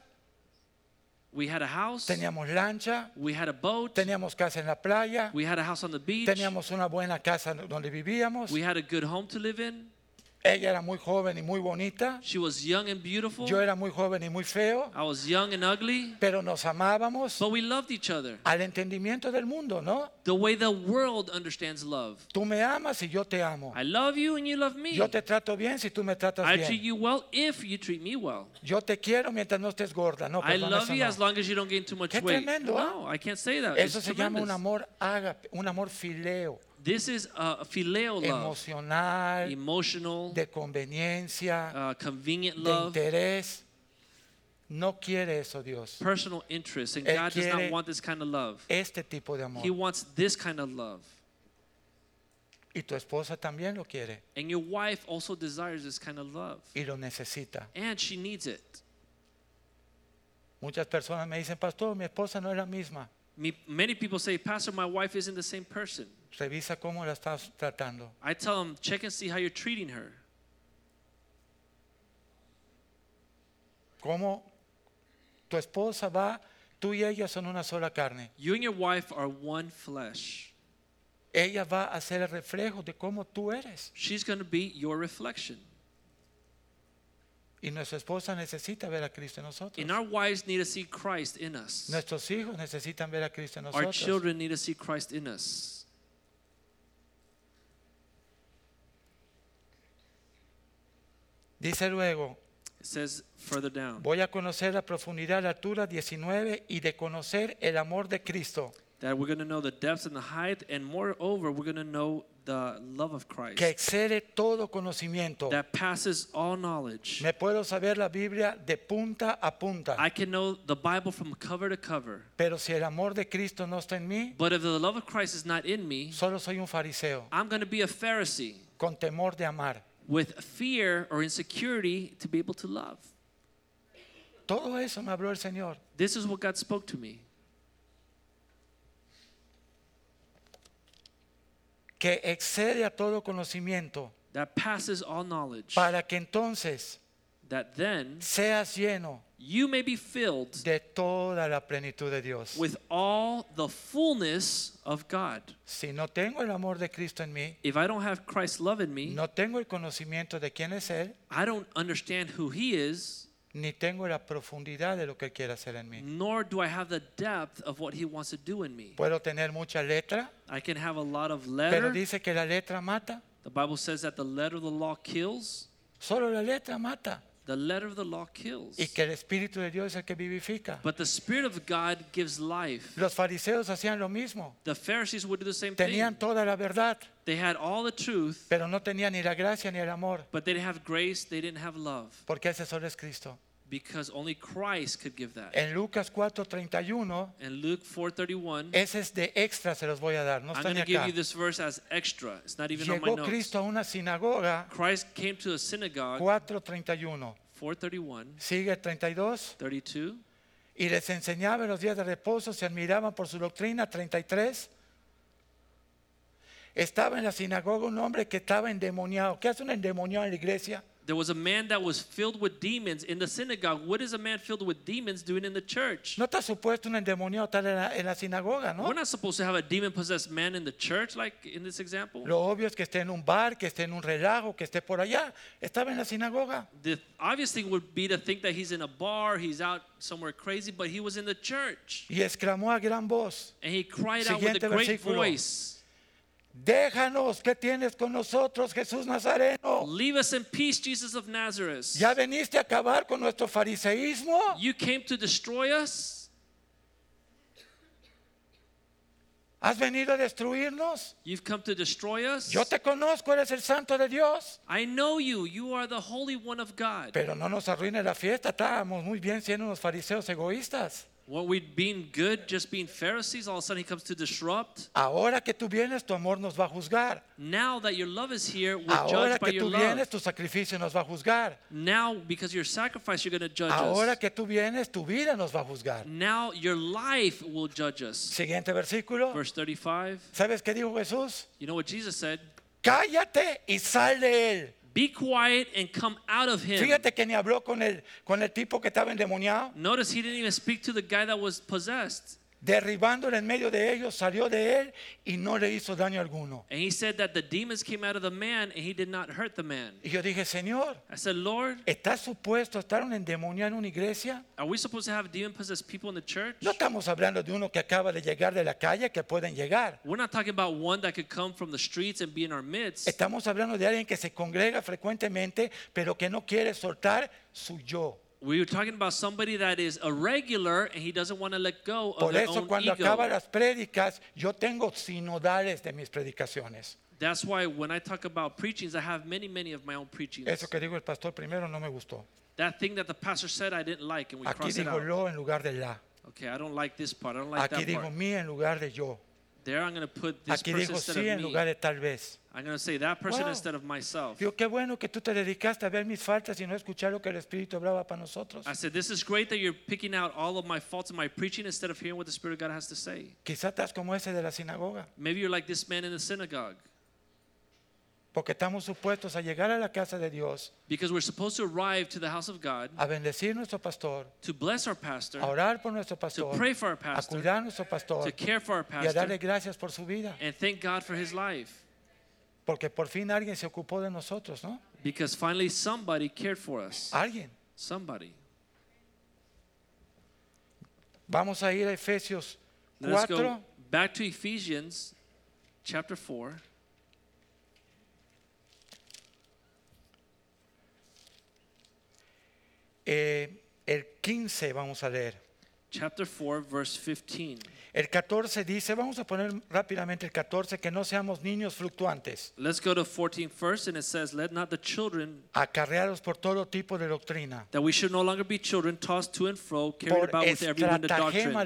[SPEAKER 2] We had a house,
[SPEAKER 3] teníamos lancha,
[SPEAKER 2] we had a boat,
[SPEAKER 3] teníamos casa en la playa,
[SPEAKER 2] we had a house on the beach,
[SPEAKER 3] teníamos una buena casa donde vivíamos.
[SPEAKER 2] we had a good home to live in.
[SPEAKER 3] Ella era muy joven y muy bonita.
[SPEAKER 2] She was young and beautiful.
[SPEAKER 3] Yo era muy joven y muy feo,
[SPEAKER 2] I was young and ugly,
[SPEAKER 3] pero nos amábamos
[SPEAKER 2] but we loved each other
[SPEAKER 3] al entendimiento del mundo, ¿no?
[SPEAKER 2] the way the world understands love.
[SPEAKER 3] Tú me amas y yo te amo.
[SPEAKER 2] I love you and you love me.
[SPEAKER 3] Yo te trato bien si tú me tratas
[SPEAKER 2] I treat
[SPEAKER 3] bien.
[SPEAKER 2] you well if you treat me well.
[SPEAKER 3] Yo te quiero mientras no estés gorda, ¿no?
[SPEAKER 2] I
[SPEAKER 3] perdón,
[SPEAKER 2] love
[SPEAKER 3] eso
[SPEAKER 2] you
[SPEAKER 3] no.
[SPEAKER 2] as long as you don't gain too much
[SPEAKER 3] Qué
[SPEAKER 2] weight.
[SPEAKER 3] tremendo, ¿ah?
[SPEAKER 2] no, I can't say that.
[SPEAKER 3] Eso
[SPEAKER 2] It's
[SPEAKER 3] se llama un
[SPEAKER 2] tremendous.
[SPEAKER 3] amor ágape, un amor fileo,
[SPEAKER 2] This is uh, a phileo love,
[SPEAKER 3] emocional,
[SPEAKER 2] emotional,
[SPEAKER 3] de conveniencia,
[SPEAKER 2] uh, convenient
[SPEAKER 3] de
[SPEAKER 2] love,
[SPEAKER 3] interés. No quiere eso Dios.
[SPEAKER 2] personal interest, and
[SPEAKER 3] Él
[SPEAKER 2] God does not
[SPEAKER 3] quiere-
[SPEAKER 2] want this kind of love.
[SPEAKER 3] Este tipo de amor.
[SPEAKER 2] He wants this kind of love,
[SPEAKER 3] Y tu esposa también lo quiere
[SPEAKER 2] and your wife also desires this kind of love,
[SPEAKER 3] y lo necesita.
[SPEAKER 2] and she needs it.
[SPEAKER 3] Muchas personas me dicen, pastor, mi esposa no es la misma.
[SPEAKER 2] Me, many people say, Pastor, my wife isn't the same person.
[SPEAKER 3] Revisa cómo la estás tratando.
[SPEAKER 2] I tell them, check and see how you're treating her.
[SPEAKER 3] Cómo tu esposa va, tú y ella son una sola carne.
[SPEAKER 2] You and your wife are one flesh.
[SPEAKER 3] Ella va a ser el reflejo de cómo tú eres.
[SPEAKER 2] She's going to be your reflection.
[SPEAKER 3] Y nuestra esposa necesita ver a Cristo en nosotros.
[SPEAKER 2] And our wives need to see Christ in us.
[SPEAKER 3] Nuestros hijos necesitan ver a Cristo en
[SPEAKER 2] Our
[SPEAKER 3] nosotros.
[SPEAKER 2] children need to see Christ in us.
[SPEAKER 3] Dice luego,
[SPEAKER 2] It says further down
[SPEAKER 3] voy a conocer la profundidad, la altura 19 y de conocer el amor de Cristo
[SPEAKER 2] that we're going to know the depth and the height, and moreover, we're going to know the love of Christ
[SPEAKER 3] que excede todo conocimiento.
[SPEAKER 2] that passes all knowledge.
[SPEAKER 3] Me puedo saber la Biblia de punta a punta,
[SPEAKER 2] I can know the Bible from cover to cover,
[SPEAKER 3] pero si el amor de Cristo no está en mí,
[SPEAKER 2] but if the love of Christ is not in me,
[SPEAKER 3] solo soy un fariseo
[SPEAKER 2] I'm going to be a Pharisee
[SPEAKER 3] con temor de amar.
[SPEAKER 2] with fear or insecurity to be able to love.
[SPEAKER 3] Todo eso me habló el Señor.
[SPEAKER 2] This is what God spoke to me.
[SPEAKER 3] que excede a todo conocimiento,
[SPEAKER 2] That passes all knowledge,
[SPEAKER 3] para que entonces
[SPEAKER 2] that then
[SPEAKER 3] seas lleno
[SPEAKER 2] you may be filled
[SPEAKER 3] de toda la plenitud de Dios.
[SPEAKER 2] with all the fullness of God.
[SPEAKER 3] Si no tengo el amor de Cristo en mí,
[SPEAKER 2] If I don't have Christ's love in me,
[SPEAKER 3] no tengo el conocimiento de quién es Él,
[SPEAKER 2] I don't understand who He is,
[SPEAKER 3] ni tengo la profundidad de lo que Él quiere hacer en mí.
[SPEAKER 2] nor do I have the depth of what He wants to do in me.
[SPEAKER 3] Puedo tener mucha letra,
[SPEAKER 2] I can have a lot of letter.
[SPEAKER 3] pero dice que la letra mata.
[SPEAKER 2] The Bible says that the letter of the law kills.
[SPEAKER 3] Solo la letra mata.
[SPEAKER 2] The letter of the law kills.
[SPEAKER 3] Y que el Espíritu de Dios es el que vivifica.
[SPEAKER 2] But the Spirit of God gives life.
[SPEAKER 3] Los fariseos hacían lo mismo.
[SPEAKER 2] The Pharisees would do the same
[SPEAKER 3] Tenían
[SPEAKER 2] thing.
[SPEAKER 3] toda la verdad,
[SPEAKER 2] They had all the truth,
[SPEAKER 3] pero no tenían ni la gracia ni el amor,
[SPEAKER 2] but they didn't have grace, they didn't have love,
[SPEAKER 3] porque ese solo es Cristo.
[SPEAKER 2] because only Christ could give that.
[SPEAKER 3] En Lucas 4:31,
[SPEAKER 2] And Luke 4:31
[SPEAKER 3] ese es de extra, se los voy a dar, no
[SPEAKER 2] I'm
[SPEAKER 3] está
[SPEAKER 2] going
[SPEAKER 3] ni
[SPEAKER 2] to give
[SPEAKER 3] acá.
[SPEAKER 2] you this verse as extra. It's not even on my
[SPEAKER 3] Llegó
[SPEAKER 2] notes.
[SPEAKER 3] Cristo a una sinagoga,
[SPEAKER 2] Christ came to a synagogue,
[SPEAKER 3] 4:31.
[SPEAKER 2] 431,
[SPEAKER 3] Sigue el 32,
[SPEAKER 2] 32,
[SPEAKER 3] y les enseñaba en los días de reposo, se admiraban por su doctrina, 33. Estaba en la sinagoga un hombre que estaba endemoniado. ¿Qué hace un endemoniado en la iglesia?
[SPEAKER 2] There was a man that was filled with demons in the synagogue. What is a man filled with demons doing in the church?
[SPEAKER 3] No está supuesto un endemoniado estar en la, en la sinagoga, ¿no?
[SPEAKER 2] We're not supposed to have a demon possessed man in the church, like in this example.
[SPEAKER 3] Lo obvio es que esté en un bar, que esté en un relajo, que esté por allá. Estaba en la sinagoga.
[SPEAKER 2] The obvious thing would be to think that he's in a bar, he's out somewhere crazy, but he was in the church.
[SPEAKER 3] Y exclamó a gran voz,
[SPEAKER 2] And he cried out with a
[SPEAKER 3] Siguiente
[SPEAKER 2] great
[SPEAKER 3] versículo.
[SPEAKER 2] voice
[SPEAKER 3] Déjanos, ¿qué tienes con nosotros, Jesús Nazareno?
[SPEAKER 2] Leave us in peace, Jesus of Nazareth.
[SPEAKER 3] ¿Ya veniste a acabar con nuestro fariseísmo?
[SPEAKER 2] You came to destroy us.
[SPEAKER 3] ¿Has venido a destruirnos?
[SPEAKER 2] You've come to destroy us.
[SPEAKER 3] Yo te conozco, eres el santo de Dios.
[SPEAKER 2] I know you. You are the Holy One of God.
[SPEAKER 3] Pero no nos arruine la fiesta, estábamos muy bien siendo unos fariseos egoístas.
[SPEAKER 2] Weren't we being good, just being Pharisees? All of a sudden, he comes to disrupt.
[SPEAKER 3] Ahora que tú vienes, tu amor nos va a juzgar.
[SPEAKER 2] Now that your love is here, we're
[SPEAKER 3] Ahora
[SPEAKER 2] judged by
[SPEAKER 3] que
[SPEAKER 2] your
[SPEAKER 3] tú
[SPEAKER 2] love.
[SPEAKER 3] vienes, tu sacrificio nos va a juzgar.
[SPEAKER 2] Now, because your sacrifice, you're going to judge
[SPEAKER 3] Ahora
[SPEAKER 2] us.
[SPEAKER 3] que tú vienes, tu vida nos va a juzgar.
[SPEAKER 2] Now, your life will judge us.
[SPEAKER 3] Siguiente versículo.
[SPEAKER 2] Verse 35.
[SPEAKER 3] ¿Sabes qué dijo Jesús?
[SPEAKER 2] You know what Jesus said?
[SPEAKER 3] Cállate y sal de él.
[SPEAKER 2] Be quiet and come out of him.
[SPEAKER 3] Fíjate que ni habló con el, con el tipo que estaba endemoniado.
[SPEAKER 2] Notice he didn't even speak to the guy that was possessed.
[SPEAKER 3] Derribándole en medio de ellos, salió de él y no le hizo daño alguno.
[SPEAKER 2] And he said that the demons came out of the man and he did not hurt the man.
[SPEAKER 3] Y yo dije, Señor,
[SPEAKER 2] I said, Lord,
[SPEAKER 3] ¿estás supuesto estar un endemoniado en una iglesia?
[SPEAKER 2] are we supposed to have demon possessed people in the church?
[SPEAKER 3] No estamos hablando de uno que acaba de llegar de la calle, que pueden llegar.
[SPEAKER 2] We're not talking about one that could come from the streets and be in our midst.
[SPEAKER 3] Estamos hablando de alguien que se congrega frecuentemente, pero que no quiere soltar su yo.
[SPEAKER 2] We were talking about somebody that is a regular and he doesn't want to let go of
[SPEAKER 3] Por
[SPEAKER 2] their
[SPEAKER 3] eso
[SPEAKER 2] own
[SPEAKER 3] cuando
[SPEAKER 2] ego.
[SPEAKER 3] acaban las prédicas, yo tengo sinodales de mis predicaciones.
[SPEAKER 2] That's why when I talk about preachings, I have many, many of my own preachings.
[SPEAKER 3] Eso que digo el pastor primero no me gustó.
[SPEAKER 2] That thing that the pastor said I didn't like, and we
[SPEAKER 3] Aquí
[SPEAKER 2] crossed it
[SPEAKER 3] digo
[SPEAKER 2] out.
[SPEAKER 3] lo en lugar de la.
[SPEAKER 2] Okay, I don't like this part. I don't like
[SPEAKER 3] Aquí
[SPEAKER 2] that
[SPEAKER 3] digo
[SPEAKER 2] part.
[SPEAKER 3] mi en lugar de yo.
[SPEAKER 2] There, I'm going to put this
[SPEAKER 3] Aquí
[SPEAKER 2] person
[SPEAKER 3] digo
[SPEAKER 2] instead
[SPEAKER 3] sí
[SPEAKER 2] of
[SPEAKER 3] en
[SPEAKER 2] me.
[SPEAKER 3] lugar de tal vez.
[SPEAKER 2] I'm going to say that person
[SPEAKER 3] Wow.
[SPEAKER 2] instead of myself.
[SPEAKER 3] Digo, qué bueno que tú te dedicaste a ver mis faltas y no escuchar lo que el Espíritu hablaba para nosotros.
[SPEAKER 2] I said, this is great that you're picking out all of my faults in my preaching instead of hearing what the Spirit of God has to say.
[SPEAKER 3] Quizá estás como ese de la sinagoga,
[SPEAKER 2] Maybe you're like this man in the synagogue
[SPEAKER 3] porque estamos supuestos a llegar a la casa de Dios,
[SPEAKER 2] because we're supposed to arrive to the house of God
[SPEAKER 3] a bendecir nuestro pastor,
[SPEAKER 2] to bless our pastor,
[SPEAKER 3] a orar por nuestro
[SPEAKER 2] to
[SPEAKER 3] pastor,
[SPEAKER 2] pray for our
[SPEAKER 3] a
[SPEAKER 2] pastor,
[SPEAKER 3] cuidar a nuestro pastor
[SPEAKER 2] to care for our
[SPEAKER 3] y a
[SPEAKER 2] pastor,
[SPEAKER 3] darle gracias por su vida.
[SPEAKER 2] and thank God for his life
[SPEAKER 3] Porque por fin alguien se ocupó de nosotros, ¿no?
[SPEAKER 2] because finally somebody cared for us.
[SPEAKER 3] Alguien.
[SPEAKER 2] Somebody.
[SPEAKER 3] Vamos a ir a Efesios
[SPEAKER 2] Let us go
[SPEAKER 3] 4,
[SPEAKER 2] back to Ephesians chapter 4.
[SPEAKER 3] eh, el 15 vamos a leer.
[SPEAKER 2] Chapter 4, verse 15.
[SPEAKER 3] El 14 dice, vamos a poner rápidamente el 14, que no seamos niños fluctuantes,
[SPEAKER 2] Let's go to 14 first, and it says, Let not the children,
[SPEAKER 3] acarreados por todo tipo de doctrina,
[SPEAKER 2] that we should no longer be children, tossed to and fro, carried
[SPEAKER 3] por
[SPEAKER 2] about with every wind of
[SPEAKER 3] estratagema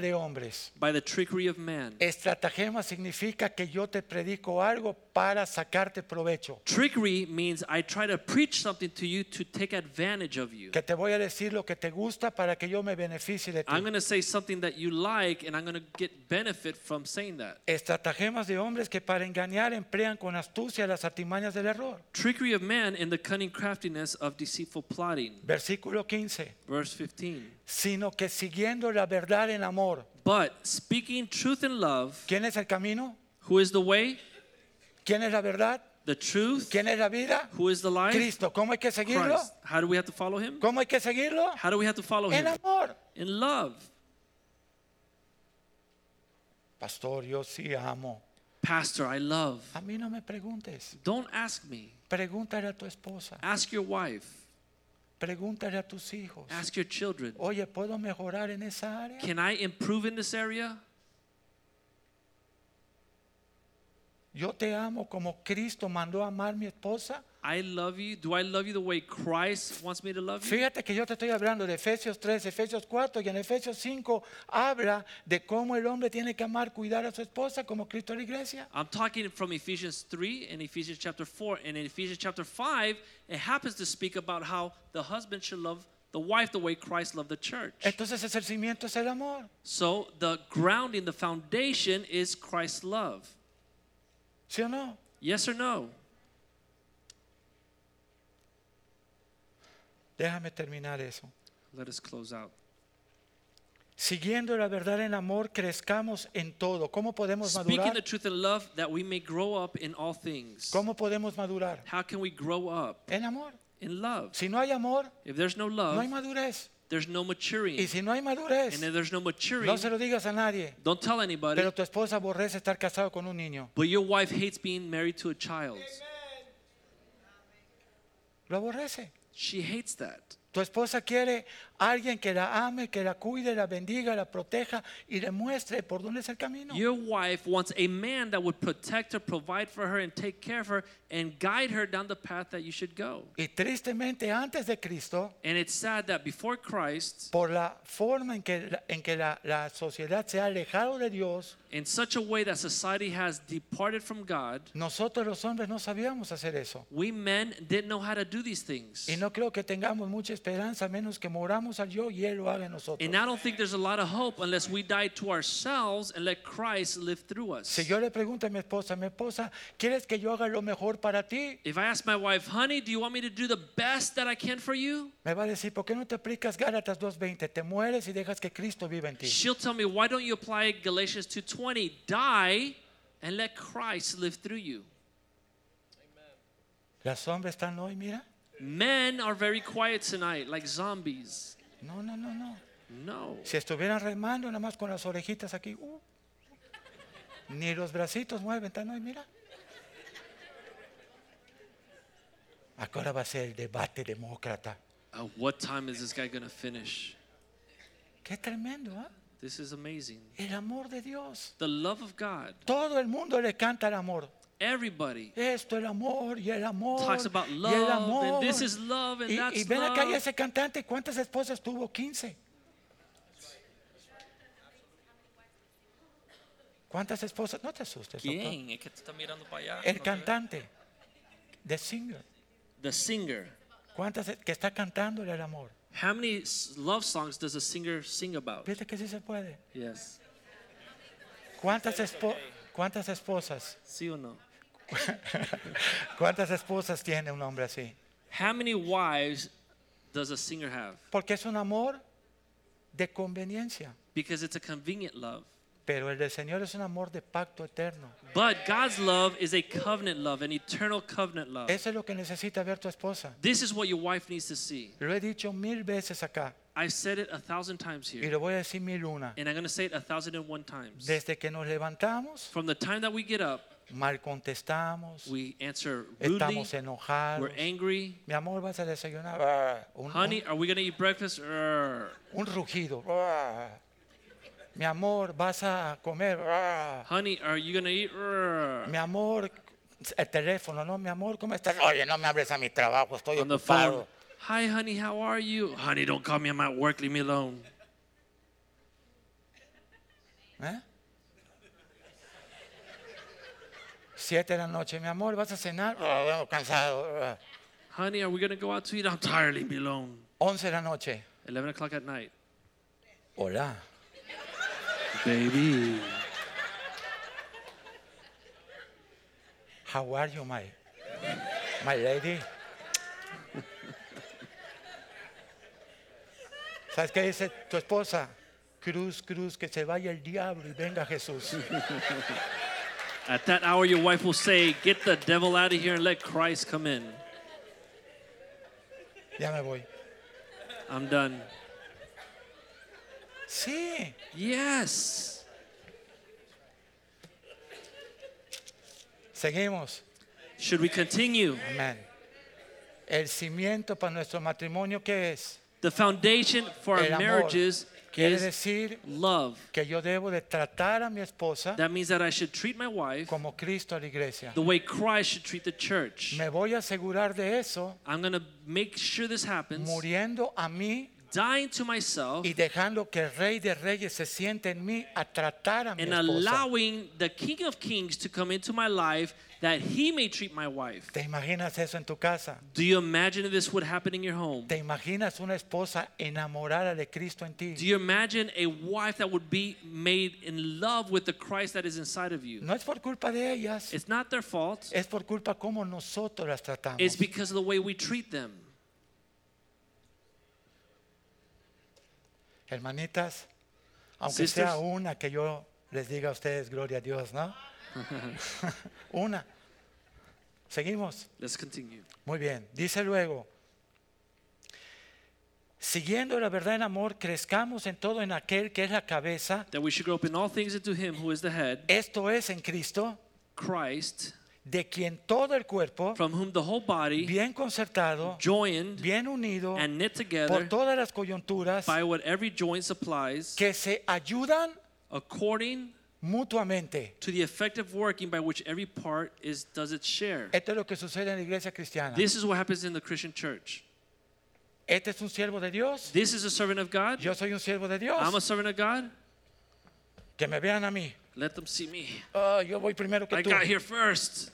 [SPEAKER 2] doctrine,
[SPEAKER 3] de Eh. hombres.
[SPEAKER 2] by the trickery of man.
[SPEAKER 3] Estratagema significa que yo te predico algo para sacarte provecho,
[SPEAKER 2] Trickery means I try to preach something to you to take advantage of you.
[SPEAKER 3] que te voy a decir lo que te gusta para que yo me beneficie de ti.
[SPEAKER 2] I'm going to say something that you like, and I'm going to get benefit from saying that.
[SPEAKER 3] Estratagemas de hombres que para engañar emplean con astucia las artimañas del error.
[SPEAKER 2] Trickery of man in the cunning craftiness of deceitful plotting.
[SPEAKER 3] Versículo 15,
[SPEAKER 2] Verse 15.
[SPEAKER 3] sino que siguiendo la verdad en amor.
[SPEAKER 2] But speaking truth in love,
[SPEAKER 3] ¿Quién es el camino?
[SPEAKER 2] who is the way,
[SPEAKER 3] ¿Quién es la verdad?
[SPEAKER 2] the truth,
[SPEAKER 3] ¿Quién es la vida?
[SPEAKER 2] who is the life?
[SPEAKER 3] Cristo, ¿cómo hay que seguirlo?
[SPEAKER 2] Christ. How do we have to follow him?
[SPEAKER 3] ¿Cómo hay que seguirlo?
[SPEAKER 2] How do we have to follow
[SPEAKER 3] En
[SPEAKER 2] him?
[SPEAKER 3] amor.
[SPEAKER 2] In love.
[SPEAKER 3] Pastor, yo sí amo.
[SPEAKER 2] Pastor, I love.
[SPEAKER 3] A mí no me preguntes.
[SPEAKER 2] Don't ask me.
[SPEAKER 3] Pregúntale a tu esposa.
[SPEAKER 2] Ask your wife.
[SPEAKER 3] Pregúntale a tus hijos.
[SPEAKER 2] Ask your children.
[SPEAKER 3] Oye, ¿puedo mejorar en esa área?
[SPEAKER 2] Can I improve in this area?
[SPEAKER 3] Yo te amo como Cristo mandó a amar mi esposa.
[SPEAKER 2] I love you. Do I love you the way Christ wants me to love you?
[SPEAKER 3] Fíjate que yo te estoy hablando de Efesios 3, Efesios 4 y en Efesios 5 habla de cómo el hombre tiene que amar, cuidar a su esposa como Cristo a la iglesia.
[SPEAKER 2] I'm talking from Ephesians 3 and Ephesians chapter 4. And in Ephesians chapter 5, it happens to speak about how the husband should love the wife the way Christ loved the church.
[SPEAKER 3] Entonces ese cimiento es el amor.
[SPEAKER 2] So the grounding, the foundation is Christ's love.
[SPEAKER 3] ¿Sí o no?
[SPEAKER 2] Yes or no?
[SPEAKER 3] Déjame terminar eso.
[SPEAKER 2] Let us close out.
[SPEAKER 3] Siguiendo la verdad en amor, crezcamos en todo. ¿Cómo podemos
[SPEAKER 2] Speaking the
[SPEAKER 3] madurar?
[SPEAKER 2] truth in love that we may grow up in all things.
[SPEAKER 3] ¿Cómo podemos madurar?
[SPEAKER 2] How can we grow up
[SPEAKER 3] En amor.
[SPEAKER 2] in love?
[SPEAKER 3] Si no hay amor,
[SPEAKER 2] If there's no
[SPEAKER 3] no
[SPEAKER 2] love,
[SPEAKER 3] hay madurez.
[SPEAKER 2] there's no maturing.
[SPEAKER 3] Y si no hay madurez,
[SPEAKER 2] and if there's no maturing,
[SPEAKER 3] no se lo digas a nadie.
[SPEAKER 2] don't tell anybody.
[SPEAKER 3] Pero tu esposa aborrece estar casado con un niño.
[SPEAKER 2] but your wife hates being married to a child.
[SPEAKER 3] Lo aborrece.
[SPEAKER 2] She hates that.
[SPEAKER 3] Tu esposa quiere a alguien que la ame, que la cuide, la bendiga, la proteja y le muestre por dónde es el camino.
[SPEAKER 2] Your wife wants a man that would protect her, provide for her, and take care of her, and guide her down the path that you should go.
[SPEAKER 3] Y tristemente antes de Cristo,
[SPEAKER 2] And it's sad that before Christ,
[SPEAKER 3] por la forma en que, la- en que la, la sociedad se ha alejado de Dios,
[SPEAKER 2] in such a way that society has departed from God,
[SPEAKER 3] nosotros los hombres no sabíamos hacer eso.
[SPEAKER 2] we men didn't know how to do these things.
[SPEAKER 3] Y no creo que tengamos mucha esperanza a menos que moramos al yo y Él lo haga en nosotros.
[SPEAKER 2] And I don't think there's a lot of hope unless we die to ourselves and let Christ live through us.
[SPEAKER 3] Si yo le pregunto a mi esposa, mi esposa, ¿quieres que yo haga lo mejor para ti?
[SPEAKER 2] If I ask my wife, honey, do you want me to do the best that I can for you?
[SPEAKER 3] Me va a decir, ¿por qué no te aplicas Gálatas 2.20? Te mueres y dejas que Cristo viva en ti.
[SPEAKER 2] She'll tell me, why don't you apply Galatians 2.20? Die and let Christ live through you.
[SPEAKER 3] Las hombres están hoy, mira.
[SPEAKER 2] Men are very quiet tonight, like zombies.
[SPEAKER 3] No, no, no, no.
[SPEAKER 2] No.
[SPEAKER 3] Si estuvieran remando nada más con las orejitas aquí, uh. ni los bracitos mueven, están hoy, mira. ¿A qué hora va a ser el debate demócrata?
[SPEAKER 2] At Uh, what time is this guy going to finish?
[SPEAKER 3] Qué tremendo, ¿ah?
[SPEAKER 2] This is amazing.
[SPEAKER 3] El amor de Dios.
[SPEAKER 2] The love of God.
[SPEAKER 3] Todo el mundo le canta el amor.
[SPEAKER 2] Everybody
[SPEAKER 3] Esto el amor y el amor
[SPEAKER 2] talks about
[SPEAKER 3] y
[SPEAKER 2] love
[SPEAKER 3] el amor.
[SPEAKER 2] and this is love and
[SPEAKER 3] y,
[SPEAKER 2] that's
[SPEAKER 3] y ven acá y
[SPEAKER 2] love.
[SPEAKER 3] ese cantante, ¿cuántas esposas tuvo? 15. ¿Cuántas esposas? No te asustes. doctor.
[SPEAKER 4] ¿Quién? Es que tú estás mirando para allá.
[SPEAKER 3] El
[SPEAKER 4] no te veo.
[SPEAKER 3] cantante, the singer,
[SPEAKER 2] The singer.
[SPEAKER 3] ¿cuántas es- que está cantándole el amor?
[SPEAKER 2] How many s- love songs does a singer sing about?
[SPEAKER 3] Viste que sí se puede.
[SPEAKER 2] Yes.
[SPEAKER 3] ¿Cuántas, espo- cuántas esposas?
[SPEAKER 2] See or no?
[SPEAKER 3] ¿Cuántas esposas tiene un hombre así?
[SPEAKER 2] How many wives does a singer have?
[SPEAKER 3] Porque es un amor de conveniencia.
[SPEAKER 2] Because it's a convenient love.
[SPEAKER 3] Pero el del Señor es un amor de pacto eterno.
[SPEAKER 2] But God's love is a covenant love, an eternal covenant love.
[SPEAKER 3] Eso es lo que necesita ver tu esposa.
[SPEAKER 2] This is what your wife needs to see.
[SPEAKER 3] Lo he dicho mil veces acá
[SPEAKER 2] I've said it a thousand times
[SPEAKER 3] y
[SPEAKER 2] here,
[SPEAKER 3] lo voy a decir mil una.
[SPEAKER 2] and I'm going to say it a thousand and one times.
[SPEAKER 3] Desde que nos levantamos,
[SPEAKER 2] From the time that we get up,
[SPEAKER 3] mal contestamos,
[SPEAKER 2] we answer rudely,
[SPEAKER 3] estamos enojados.
[SPEAKER 2] we're angry.
[SPEAKER 3] Mi amor, vas a desayunar. Ah, un- un-
[SPEAKER 2] Honey, are we going to eat breakfast? Err.
[SPEAKER 3] un rugido. ¡Ruah! Mi amor, vas a comer. ¡Ruah!
[SPEAKER 2] Honey, are you going to eat? Err.
[SPEAKER 3] Mi amor, el teléfono, no, mi amor, ¿cómo estás? Oye, no me hables a mi trabajo, estoy
[SPEAKER 2] On the phone.
[SPEAKER 3] ocupado.
[SPEAKER 2] Hi, honey, how are you? Honey, don't call me. I'm at work. Leave me alone.
[SPEAKER 3] ¿Eh? Siete de la noche, mi amor, ¿vas a cenar? "Ah, vengo cansado. ah".
[SPEAKER 2] Honey, are we going to go out to eat? I'm tired. Leave me alone.
[SPEAKER 3] Once de la noche,
[SPEAKER 2] 11 o'clock at night.
[SPEAKER 3] hola.
[SPEAKER 2] Baby.
[SPEAKER 3] How are you, my, my lady? ¿Sabes qué dice tu esposa? Cruz, cruz, que se vaya el diablo y venga Jesús.
[SPEAKER 2] At that hour, your wife will say, Get the devil out of here and let Christ come in.
[SPEAKER 3] Ya me voy.
[SPEAKER 2] I'm done.
[SPEAKER 3] Sí,
[SPEAKER 2] Yes.
[SPEAKER 3] seguimos.
[SPEAKER 2] Should we continue?
[SPEAKER 3] Amén. El cimiento para nuestro matrimonio, ¿qué es?
[SPEAKER 2] The foundation for
[SPEAKER 3] El
[SPEAKER 2] our
[SPEAKER 3] amor.
[SPEAKER 2] marriages
[SPEAKER 3] Quiere
[SPEAKER 2] is
[SPEAKER 3] decir
[SPEAKER 2] love.
[SPEAKER 3] que yo debo de tratar a mi esposa
[SPEAKER 2] That means that I should treat my wife
[SPEAKER 3] como Cristo a la iglesia.
[SPEAKER 2] the way Christ should treat the church.
[SPEAKER 3] Me voy a asegurar de eso
[SPEAKER 2] I'm going to make sure this happens,
[SPEAKER 3] muriendo a mí
[SPEAKER 2] dying to myself
[SPEAKER 3] y dejando que el Rey de Reyes se siente en mí a tratar a mi
[SPEAKER 2] and
[SPEAKER 3] esposa.
[SPEAKER 2] allowing the King of Kings to come into my life that he may treat my wife.
[SPEAKER 3] ¿Te imaginas eso en tu casa?
[SPEAKER 2] Do you imagine if this would happen in your home?
[SPEAKER 3] ¿Te imaginas una esposa enamorada de Cristo en
[SPEAKER 2] Do
[SPEAKER 3] ti?
[SPEAKER 2] you imagine a wife that would be made in love with the Christ that is inside of you?
[SPEAKER 3] No es por culpa de ellas,
[SPEAKER 2] It's not their fault.
[SPEAKER 3] es por culpa cómo nosotros las tratamos.
[SPEAKER 2] It's because of the way we treat them.
[SPEAKER 3] Hermanitas, aunque sea
[SPEAKER 2] Sisters.
[SPEAKER 3] una que yo les diga a ustedes, gloria a Dios, ¿no? una. Seguimos.
[SPEAKER 2] Let's continue.
[SPEAKER 3] Muy bien. Dice luego, Siguiendo la verdad en amor, crezcamos en todo en aquel que es la cabeza,
[SPEAKER 2] that we should grow up in all things into him who is the head,
[SPEAKER 3] esto es en Cristo,
[SPEAKER 2] Christ,
[SPEAKER 3] de quien todo el cuerpo,
[SPEAKER 2] from whom the whole body,
[SPEAKER 3] bien concertado,
[SPEAKER 2] joined
[SPEAKER 3] bien unido,
[SPEAKER 2] and knit together
[SPEAKER 3] por todas las coyunturas,
[SPEAKER 2] by what every joint supplies,
[SPEAKER 3] que se ayudan
[SPEAKER 2] according
[SPEAKER 3] mutuamente.
[SPEAKER 2] to the effective working by which every part is does its share.
[SPEAKER 3] Esto es lo que sucede en la iglesia cristiana.
[SPEAKER 2] This is what happens in the Christian church.
[SPEAKER 3] Este es un siervo de Dios.
[SPEAKER 2] This is a servant of God.
[SPEAKER 3] Yo soy un siervo
[SPEAKER 2] I'm
[SPEAKER 3] de
[SPEAKER 2] a
[SPEAKER 3] Dios.
[SPEAKER 2] servant of God.
[SPEAKER 3] Que me vean a mí.
[SPEAKER 2] Let them see me.
[SPEAKER 3] Ah, yo voy primero que
[SPEAKER 2] I
[SPEAKER 3] tú.
[SPEAKER 2] got here first.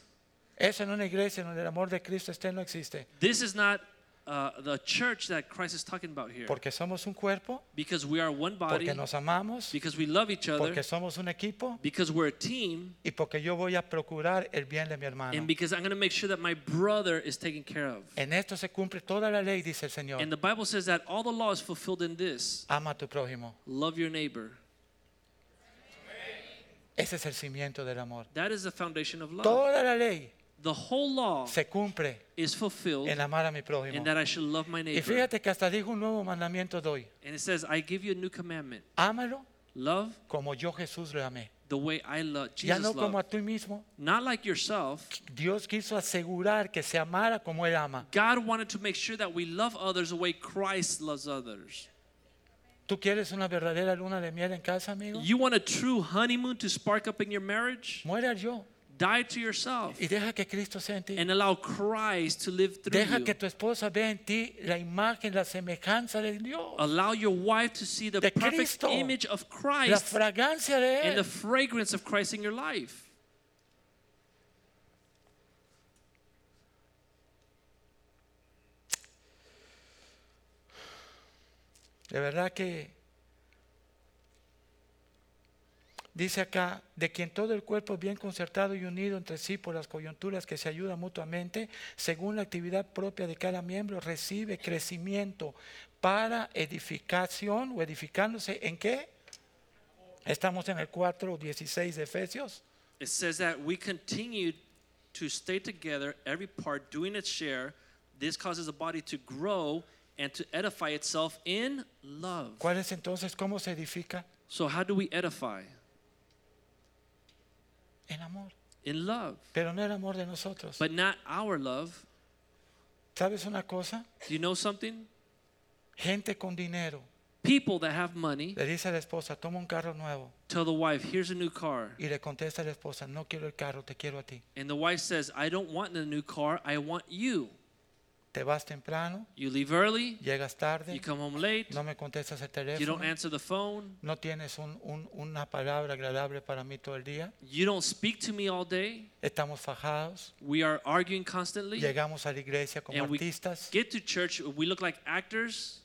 [SPEAKER 3] Eso en una iglesia donde el amor de Cristo esté no existe.
[SPEAKER 2] This is not uh, the church that Christ is talking about here.
[SPEAKER 3] Porque somos un cuerpo,
[SPEAKER 2] Because we are one body,
[SPEAKER 3] porque nos amamos,
[SPEAKER 2] because we love each other,
[SPEAKER 3] porque somos un equipo
[SPEAKER 2] because we're a team,
[SPEAKER 3] y porque yo voy a procurar el bien de mi hermano.
[SPEAKER 2] and because I'm going to make sure that my brother is taken care of.
[SPEAKER 3] En esto se cumple toda la ley, dice el Señor.
[SPEAKER 2] And the Bible says that all the law is fulfilled in this
[SPEAKER 3] Ama a tu prójimo.
[SPEAKER 2] love your neighbor.
[SPEAKER 3] Ese es el cimiento del amor.
[SPEAKER 2] That is the foundation of love.
[SPEAKER 3] Toda la ley
[SPEAKER 2] The whole law
[SPEAKER 3] se cumple
[SPEAKER 2] is fulfilled
[SPEAKER 3] en amar a mi
[SPEAKER 2] in
[SPEAKER 3] prójimo.
[SPEAKER 2] that I should love my
[SPEAKER 3] Y
[SPEAKER 2] neighbor.
[SPEAKER 3] fíjate que hasta dijo un nuevo mandamiento doy.
[SPEAKER 2] And it says, I give you a new commandment
[SPEAKER 3] Ámalo
[SPEAKER 2] love
[SPEAKER 3] como yo Jesús lo amé.
[SPEAKER 2] the way I love
[SPEAKER 3] Ya
[SPEAKER 2] Jesus
[SPEAKER 3] no como
[SPEAKER 2] love.
[SPEAKER 3] a ti mismo.
[SPEAKER 2] Not like yourself.
[SPEAKER 3] Dios quiso asegurar que se amara como Él ama.
[SPEAKER 2] God wanted to make sure that we love others the way Christ loves others.
[SPEAKER 3] ¿Tú quieres una verdadera luna de miel en casa, amigo?
[SPEAKER 2] You want a true honeymoon to spark up in your marriage?
[SPEAKER 3] Muera al yo
[SPEAKER 2] Die to yourself
[SPEAKER 3] y deja que Cristo sea en ti.
[SPEAKER 2] and allow Christ to live through
[SPEAKER 3] Deja que
[SPEAKER 2] you.
[SPEAKER 3] tu esposa vea en ti la imagen, la semejanza de Dios,
[SPEAKER 2] Allow your wife to see the
[SPEAKER 3] De
[SPEAKER 2] perfect
[SPEAKER 3] Cristo.
[SPEAKER 2] image of
[SPEAKER 3] la
[SPEAKER 2] Christ
[SPEAKER 3] fragancia de
[SPEAKER 2] and the
[SPEAKER 3] Él.
[SPEAKER 2] fragrance of Christ in your life.
[SPEAKER 3] De verdad que dice acá, de quien todo el cuerpo es bien concertado y unido entre sí por las coyunturas que se ayudan mutuamente, según la actividad propia de cada miembro, recibe crecimiento para edificación o edificándose en qué? Estamos en el 4.16 de Efesios.
[SPEAKER 2] It says that we continue to stay together, every part doing its share. This causes the body to grow and to edify itself in love.
[SPEAKER 3] ¿Cuál es entonces cómo se edifica?
[SPEAKER 2] So, how do we edify?
[SPEAKER 3] En amor.
[SPEAKER 2] In love,
[SPEAKER 3] Pero no el amor de nosotros.
[SPEAKER 2] but not our love.
[SPEAKER 3] ¿Sabes una cosa?
[SPEAKER 2] Do you know something?
[SPEAKER 3] Gente con dinero
[SPEAKER 2] People that have money
[SPEAKER 3] le dice a la esposa, toma un carro nuevo.
[SPEAKER 2] tell the wife, here's a new car.
[SPEAKER 3] Y le contesta a la esposa, no quiero el carro, te quiero a ti.
[SPEAKER 2] And the wife says, I don't want the new car, I want you.
[SPEAKER 3] Te vas temprano,
[SPEAKER 2] You leave early,
[SPEAKER 3] llegas tarde,
[SPEAKER 2] you come home late,
[SPEAKER 3] no me contestas el
[SPEAKER 2] you don't
[SPEAKER 3] teléfono,
[SPEAKER 2] answer the phone,
[SPEAKER 3] no tienes un- un- una palabra agradable para mí todo el día,
[SPEAKER 2] you don't speak to me all day,
[SPEAKER 3] estamos fajados,
[SPEAKER 2] we are arguing constantly.
[SPEAKER 3] llegamos a la iglesia como
[SPEAKER 2] and we
[SPEAKER 3] artistas.
[SPEAKER 2] get to church, we look like actors,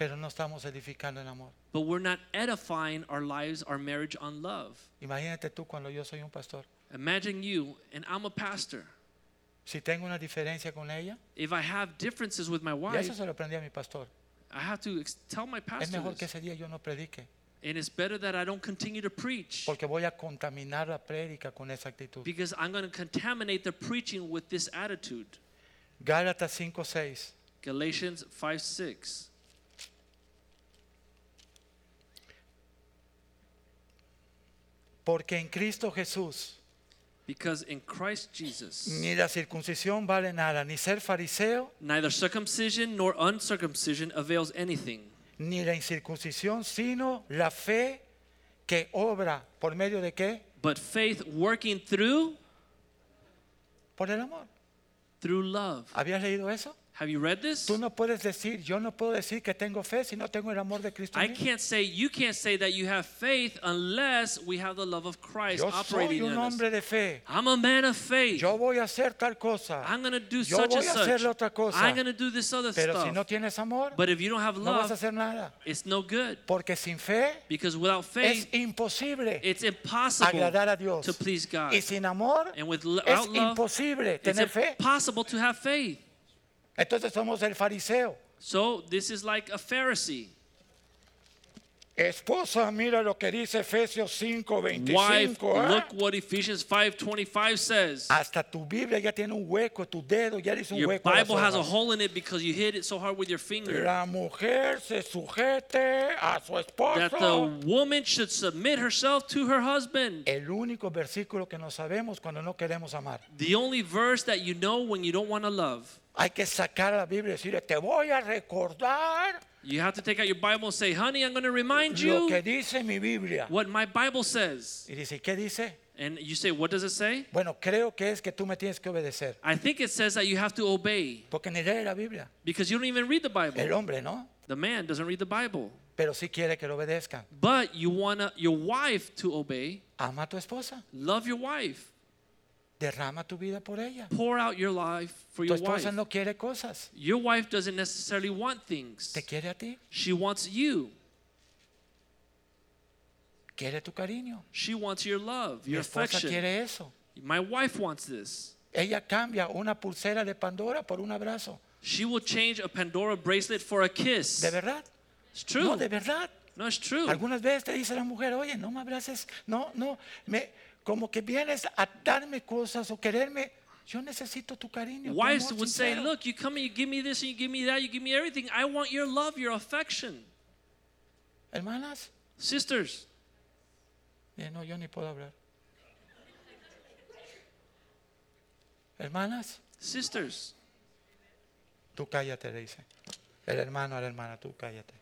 [SPEAKER 3] Pero no estamos edificando en amor.
[SPEAKER 2] but we're not edifying our lives, our marriage on love.
[SPEAKER 3] Imagínate tú cuando yo soy un pastor.
[SPEAKER 2] Imagine you, and I'm a pastor.
[SPEAKER 3] Si tengo una diferencia con ella,
[SPEAKER 2] If I have differences with my
[SPEAKER 3] y eso
[SPEAKER 2] wife,
[SPEAKER 3] se lo aprendí a mi pastor.
[SPEAKER 2] I have to ex- tell my
[SPEAKER 3] Es
[SPEAKER 2] pastor
[SPEAKER 3] mejor que
[SPEAKER 2] this.
[SPEAKER 3] ese día yo no predique,
[SPEAKER 2] And it's better that I don't continue to preach
[SPEAKER 3] porque voy a contaminar la prédica con esa actitud.
[SPEAKER 2] because I'm going to contaminate the preaching with this attitude.
[SPEAKER 3] Gálatas 5:6.
[SPEAKER 2] Galatians 5 6.
[SPEAKER 3] Porque en Cristo Jesús
[SPEAKER 2] Because in Christ Jesus,
[SPEAKER 3] ni la circuncisión vale nada, ni ser fariseo,
[SPEAKER 2] neither circumcision nor uncircumcision avails anything,
[SPEAKER 3] ni la incircuncisión, sino la fe que obra por medio de qué?
[SPEAKER 2] but faith working through
[SPEAKER 3] Por el amor.
[SPEAKER 2] through love.
[SPEAKER 3] ¿Habías leído eso?
[SPEAKER 2] Have you read this?
[SPEAKER 3] Tú no puedes decir, yo no puedo decir que tengo fe si no tengo el amor de Cristo. en
[SPEAKER 2] I
[SPEAKER 3] mí.
[SPEAKER 2] can't say you can't say that you have faith unless we have the love of Christ
[SPEAKER 3] Yo soy
[SPEAKER 2] operating
[SPEAKER 3] un
[SPEAKER 2] in us.
[SPEAKER 3] hombre de fe.
[SPEAKER 2] I'm a man of faith.
[SPEAKER 3] Yo voy a hacer tal cosa.
[SPEAKER 2] I'm going to do
[SPEAKER 3] Yo
[SPEAKER 2] such
[SPEAKER 3] voy
[SPEAKER 2] and
[SPEAKER 3] a hacer
[SPEAKER 2] such.
[SPEAKER 3] otra cosa.
[SPEAKER 2] I'm going to do this other
[SPEAKER 3] Pero
[SPEAKER 2] stuff.
[SPEAKER 3] si no tienes amor,
[SPEAKER 2] but if you don't have
[SPEAKER 3] no
[SPEAKER 2] love,
[SPEAKER 3] vas a hacer nada.
[SPEAKER 2] it's no good
[SPEAKER 3] Porque sin fe
[SPEAKER 2] because without
[SPEAKER 3] es
[SPEAKER 2] faith,
[SPEAKER 3] imposible
[SPEAKER 2] it's impossible
[SPEAKER 3] agradar a Dios.
[SPEAKER 2] to please God.
[SPEAKER 3] Y sin amor
[SPEAKER 2] and with lo-
[SPEAKER 3] es
[SPEAKER 2] without love,
[SPEAKER 3] imposible
[SPEAKER 2] it's
[SPEAKER 3] tener fe.
[SPEAKER 2] impossible to have faith.
[SPEAKER 3] Entonces somos el fariseo.
[SPEAKER 2] So this is like a Pharisee.
[SPEAKER 3] Esposa, mira lo que dice Efesios 5,
[SPEAKER 2] Wife,
[SPEAKER 3] 25. ¿ah?
[SPEAKER 2] look what Ephesians 5:25 says.
[SPEAKER 3] Hasta tu Biblia ya tiene un hueco, tu dedo ya le hizo un
[SPEAKER 2] Your
[SPEAKER 3] hueco. a las
[SPEAKER 2] Bible has a
[SPEAKER 3] hojas.
[SPEAKER 2] hole in it because you hit it so hard with your finger.
[SPEAKER 3] La mujer se sujete a su
[SPEAKER 2] That the
[SPEAKER 3] esposo.
[SPEAKER 2] woman should submit herself to her husband.
[SPEAKER 3] El único versículo que no sabemos cuando no queremos amar.
[SPEAKER 2] The only verse that you know when you don't want to love.
[SPEAKER 3] Hay que sacar la Biblia y decirle, te voy a recordar
[SPEAKER 2] You have to take out your Bible and say, honey, I'm going to remind
[SPEAKER 3] lo
[SPEAKER 2] you
[SPEAKER 3] que dice mi Biblia.
[SPEAKER 2] what my Bible says.
[SPEAKER 3] Y dice, "¿Y ¿qué dice?
[SPEAKER 2] And you say, what does it say?
[SPEAKER 3] Bueno, creo que es que tú me tienes que obedecer.
[SPEAKER 2] I think it says that you have to obey
[SPEAKER 3] Porque ni lee la Biblia.
[SPEAKER 2] because you don't even read the
[SPEAKER 3] El
[SPEAKER 2] Bible.
[SPEAKER 3] hombre, ¿no?
[SPEAKER 2] The man doesn't read the Bible.
[SPEAKER 3] Pero sí quiere que lo obedezcan.
[SPEAKER 2] But you want your wife to obey.
[SPEAKER 3] Ama a tu esposa.
[SPEAKER 2] Love your wife.
[SPEAKER 3] Derrama tu vida por ella.
[SPEAKER 2] Pour out your life for
[SPEAKER 3] Tu
[SPEAKER 2] your
[SPEAKER 3] esposa
[SPEAKER 2] wife.
[SPEAKER 3] no quiere cosas.
[SPEAKER 2] Your wife doesn't necessarily want things.
[SPEAKER 3] Te quiere a ti.
[SPEAKER 2] She wants you.
[SPEAKER 3] Quiere tu cariño.
[SPEAKER 2] She wants your love,
[SPEAKER 3] Mi
[SPEAKER 2] your
[SPEAKER 3] esposa
[SPEAKER 2] affection.
[SPEAKER 3] quiere eso.
[SPEAKER 2] My wife wants this.
[SPEAKER 3] Ella cambia una pulsera de Pandora por un abrazo.
[SPEAKER 2] She will change a Pandora bracelet for a kiss.
[SPEAKER 3] ¿De verdad?
[SPEAKER 2] It's true.
[SPEAKER 3] No, de verdad.
[SPEAKER 2] No, it's true.
[SPEAKER 3] Algunas veces te dice la mujer, oye, no me abraces, no, no, me, como que vienes a darme cosas o quererme. Yo necesito tu cariño. tu
[SPEAKER 2] Wives
[SPEAKER 3] amor
[SPEAKER 2] would say,
[SPEAKER 3] sincero.
[SPEAKER 2] Look, you come and you give me this and you give me that, you give me everything. I want your love, your affection.
[SPEAKER 3] Hermanas,
[SPEAKER 2] Sisters,
[SPEAKER 3] eh, no, yo ni puedo hablar. Hermanas,
[SPEAKER 2] sisters,
[SPEAKER 3] tú cállate, le dice. El hermano a la hermana, tú cállate.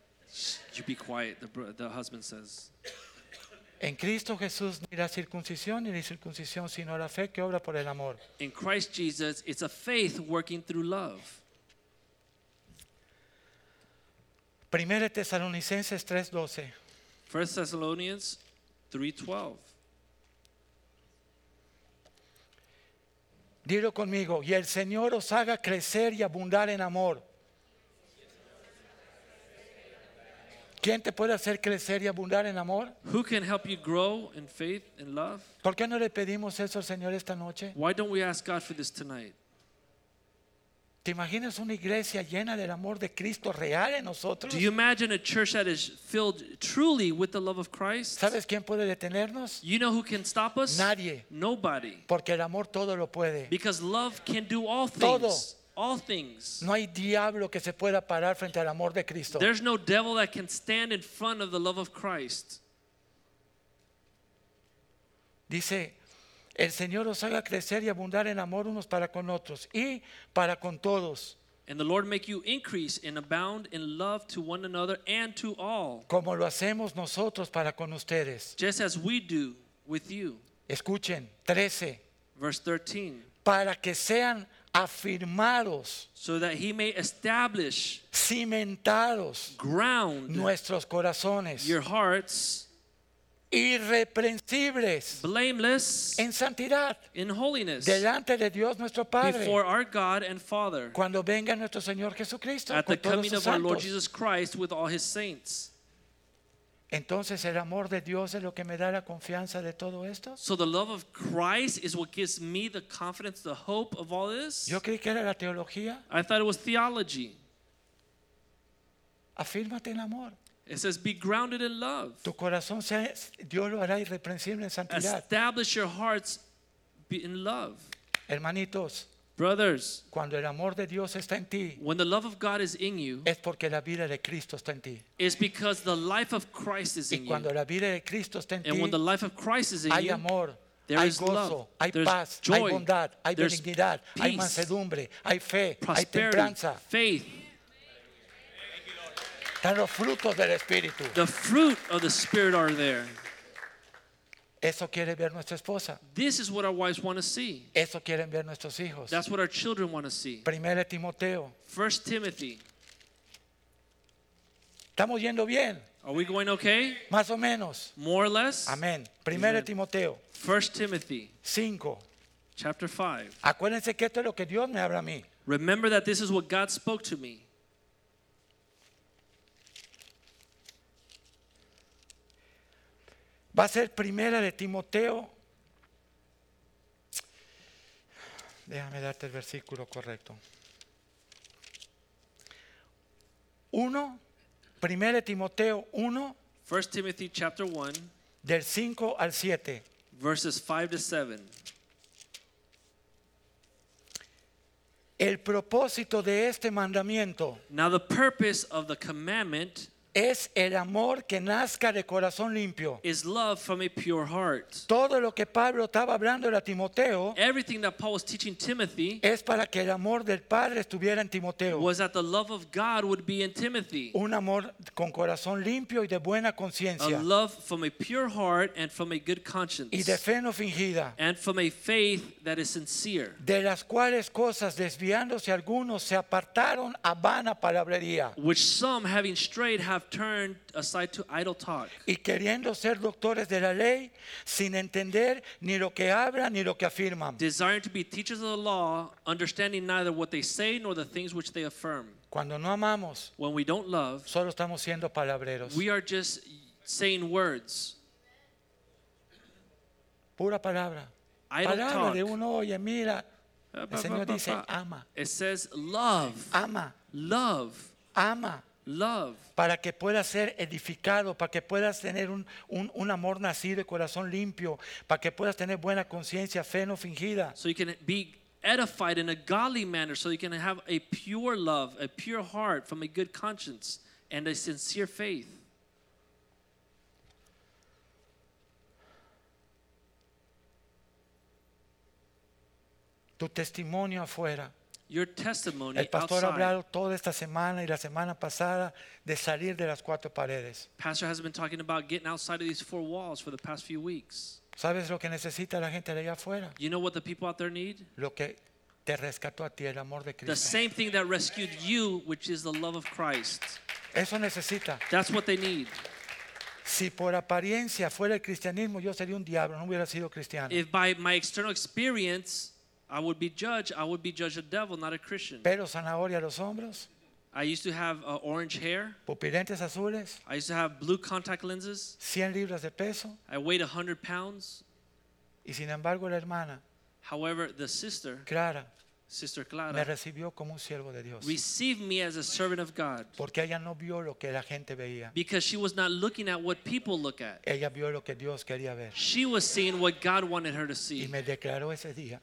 [SPEAKER 2] you be quiet, the, bro- the husband says.
[SPEAKER 3] En Cristo Jesús ni la circuncisión ni la circuncisión, sino la fe que obra por el amor.
[SPEAKER 2] In Christ Jesus, it's a faith working through love.
[SPEAKER 3] Primera Tesalonicenses 3:12.
[SPEAKER 2] 1 Thessalonians 3.12.
[SPEAKER 3] Dilo conmigo, y el Señor os haga crecer y abundar en amor. ¿Quién te puede hacer crecer y abundar en amor?
[SPEAKER 2] Who can help you grow in faith and love?
[SPEAKER 3] ¿Por qué no le pedimos eso al Señor esta noche?
[SPEAKER 2] Why don't we ask God for this tonight?
[SPEAKER 3] ¿Te imaginas una iglesia llena del amor de Cristo real en nosotros?
[SPEAKER 2] Do you imagine a church that is filled truly with the love of Christ?
[SPEAKER 3] ¿Sabes quién puede detenernos?
[SPEAKER 2] You know who can stop us?
[SPEAKER 3] Nadie.
[SPEAKER 2] Nobody.
[SPEAKER 3] Porque el amor todo lo puede.
[SPEAKER 2] Because love can do all
[SPEAKER 3] Todo.
[SPEAKER 2] things. All things.
[SPEAKER 3] No hay diablo que se pueda parar frente al amor de Cristo.
[SPEAKER 2] There's no devil that can stand in front of the love of Christ.
[SPEAKER 3] Dice, el Señor os haga crecer y abundar en amor unos para con otros y para con todos,
[SPEAKER 2] And the Lord make you increase and abound in love to one another and to all,
[SPEAKER 3] como lo hacemos nosotros para con ustedes.
[SPEAKER 2] just as we do with you.
[SPEAKER 3] Escuchen, 13,
[SPEAKER 2] Verse 13.
[SPEAKER 3] para que sean afirmados,
[SPEAKER 2] So that he may establish,
[SPEAKER 3] cimentados
[SPEAKER 2] ground
[SPEAKER 3] nuestros corazones,
[SPEAKER 2] your hearts
[SPEAKER 3] irreprensibles
[SPEAKER 2] blameless
[SPEAKER 3] en santidad
[SPEAKER 2] in holiness
[SPEAKER 3] delante de Dios nuestro Padre,
[SPEAKER 2] before our God and Father
[SPEAKER 3] cuando venga nuestro Señor Jesucristo
[SPEAKER 2] at the
[SPEAKER 3] con todos
[SPEAKER 2] coming
[SPEAKER 3] sus
[SPEAKER 2] of our Lord
[SPEAKER 3] santos.
[SPEAKER 2] Jesus Christ with all his saints.
[SPEAKER 3] Entonces el amor de Dios es lo que me da la confianza de todo esto.
[SPEAKER 2] So the love of Christ is what gives me the confidence, the hope of all this.
[SPEAKER 3] Yo creí que era la teología.
[SPEAKER 2] I thought it was theology.
[SPEAKER 3] Afírmate en amor.
[SPEAKER 2] It says, be grounded in love.
[SPEAKER 3] Tu corazón sea, Dios lo hará irreprensible en santidad.
[SPEAKER 2] Establish your hearts be- in love.
[SPEAKER 3] Hermanitos,
[SPEAKER 2] Brothers,
[SPEAKER 3] cuando el amor de Dios está en ti,
[SPEAKER 2] when the love of God is in you,
[SPEAKER 3] es porque la vida de Cristo está en ti.
[SPEAKER 2] it's because the life of Christ is
[SPEAKER 3] Y
[SPEAKER 2] in
[SPEAKER 3] cuando
[SPEAKER 2] you.
[SPEAKER 3] la vida de Cristo está en
[SPEAKER 2] And when the
[SPEAKER 3] ti,
[SPEAKER 2] life of Christ is in
[SPEAKER 3] hay
[SPEAKER 2] you,
[SPEAKER 3] amor,
[SPEAKER 2] there
[SPEAKER 3] hay
[SPEAKER 2] is love,
[SPEAKER 3] gozo, hay
[SPEAKER 2] there's
[SPEAKER 3] paz, hay
[SPEAKER 2] joy,
[SPEAKER 3] bondad, hay
[SPEAKER 2] there's
[SPEAKER 3] benignidad, hay
[SPEAKER 2] peace,
[SPEAKER 3] mansedumbre, hay fe, hay
[SPEAKER 2] prosperity,
[SPEAKER 3] templanza.
[SPEAKER 2] faith,
[SPEAKER 3] Están los frutos del Espíritu.
[SPEAKER 2] the fruit of the Spirit are there.
[SPEAKER 3] Eso quiere ver nuestra esposa.
[SPEAKER 2] This is what our wives want to see.
[SPEAKER 3] Eso quieren ver nuestros hijos.
[SPEAKER 2] That's what our children want to see.
[SPEAKER 3] Primera de Timoteo.
[SPEAKER 2] First Timothy.
[SPEAKER 3] Estamos yendo bien,
[SPEAKER 2] Are we going okay?
[SPEAKER 3] más o menos.
[SPEAKER 2] More or less?
[SPEAKER 3] Amén. Primera de
[SPEAKER 2] Amén.
[SPEAKER 3] Timoteo
[SPEAKER 2] First Timothy
[SPEAKER 3] 5.
[SPEAKER 2] chapter 5.
[SPEAKER 3] Acuérdense que esto es lo que Dios me habla a mí.
[SPEAKER 2] Remember that this is what God spoke to me.
[SPEAKER 3] Va a ser primera de Timoteo. Déjame darte el versículo correcto. 1, primera de Timoteo 1,
[SPEAKER 2] 1 Timothy chapter 1
[SPEAKER 3] del 5 al 7.
[SPEAKER 2] verses 5 to 7.
[SPEAKER 3] El propósito de este mandamiento
[SPEAKER 2] Now the purpose of the commandment
[SPEAKER 3] es el amor que nazca de corazón limpio.
[SPEAKER 2] is love from a pure heart.
[SPEAKER 3] Todo lo que Pablo estaba hablando a Timoteo
[SPEAKER 2] Everything that Paul was teaching Timothy
[SPEAKER 3] es para que el amor del Padre estuviera en Timoteo.
[SPEAKER 2] was that the love of God would be in Timothy.
[SPEAKER 3] Un amor con corazón limpio y de buena
[SPEAKER 2] A
[SPEAKER 3] conciencia
[SPEAKER 2] love from a pure heart and from a good
[SPEAKER 3] y de
[SPEAKER 2] conscience.
[SPEAKER 3] fe no fingida,
[SPEAKER 2] And from a faith that is sincere.
[SPEAKER 3] de las cuales cosas desviándose algunos se apartaron a vana palabrería
[SPEAKER 2] Which some, having strayed, have turned aside to idle talk.
[SPEAKER 3] y queriendo ser doctores de la ley sin entender ni lo que hablan ni lo que afirman.
[SPEAKER 2] desiring to be teachers of the law, understanding neither what they say nor the things which they affirm.
[SPEAKER 3] Cuando no amamos,
[SPEAKER 2] When we don't love,
[SPEAKER 3] solo estamos siendo palabreros.
[SPEAKER 2] we are just saying words.
[SPEAKER 3] Pura palabra.
[SPEAKER 2] Idle
[SPEAKER 3] palabra
[SPEAKER 2] talk. Ah,
[SPEAKER 3] de uno, oye, mira,
[SPEAKER 2] Pa,
[SPEAKER 3] el
[SPEAKER 2] pa,
[SPEAKER 3] Señor
[SPEAKER 2] pa,
[SPEAKER 3] dice, "Ah".
[SPEAKER 2] pa, pa.
[SPEAKER 3] ama,
[SPEAKER 2] It says love,
[SPEAKER 3] ama,
[SPEAKER 2] love,
[SPEAKER 3] ama,
[SPEAKER 2] love,
[SPEAKER 3] para que puedas ser edificado, para que puedas tener un, un- un amor nacido y corazón limpio, para que puedas tener buena conciencia, fe no fingida.
[SPEAKER 2] so you can be edified in a godly manner, so you can have a pure love, a pure heart from a good conscience and a sincere faith.
[SPEAKER 3] Tu testimonio afuera.
[SPEAKER 2] Your testimony
[SPEAKER 3] El pastor ha
[SPEAKER 2] outside.
[SPEAKER 3] hablado toda esta semana y la semana pasada de salir de las cuatro paredes.
[SPEAKER 2] Pastor has been talking about getting outside of these four walls for the past few weeks.
[SPEAKER 3] ¿Sabes lo que necesita la gente de allá afuera?
[SPEAKER 2] You know what the people out there need?
[SPEAKER 3] Lo que te rescató a ti, el amor de
[SPEAKER 2] The
[SPEAKER 3] Cristo.
[SPEAKER 2] same thing that rescued you, which is the love of Christ.
[SPEAKER 3] Eso necesita.
[SPEAKER 2] That's what they need.
[SPEAKER 3] Si por apariencia fuera el cristianismo, yo sería un diablo, no hubiera sido cristiano.
[SPEAKER 2] If by my external experience I would be judged, I would be judged a devil, not a Christian.
[SPEAKER 3] Pero zanahoria a los hombros,
[SPEAKER 2] I used to have uh, orange hair.
[SPEAKER 3] pupilentes azules,
[SPEAKER 2] I used to have blue contact lenses.
[SPEAKER 3] 100 libras de peso,
[SPEAKER 2] I weighed 100 pounds.
[SPEAKER 3] y sin embargo la hermana,
[SPEAKER 2] However, the sister,
[SPEAKER 3] Clara,
[SPEAKER 2] Sister
[SPEAKER 3] me
[SPEAKER 2] Clara,
[SPEAKER 3] recibió como un siervo de Dios.
[SPEAKER 2] received me as a servant of God
[SPEAKER 3] Porque ella no vio lo que la gente veía.
[SPEAKER 2] because she was not looking at what people look at.
[SPEAKER 3] Ella vio lo que Dios quería ver.
[SPEAKER 2] She was seeing what God wanted her to
[SPEAKER 3] Y
[SPEAKER 2] see.
[SPEAKER 3] me declaró ese día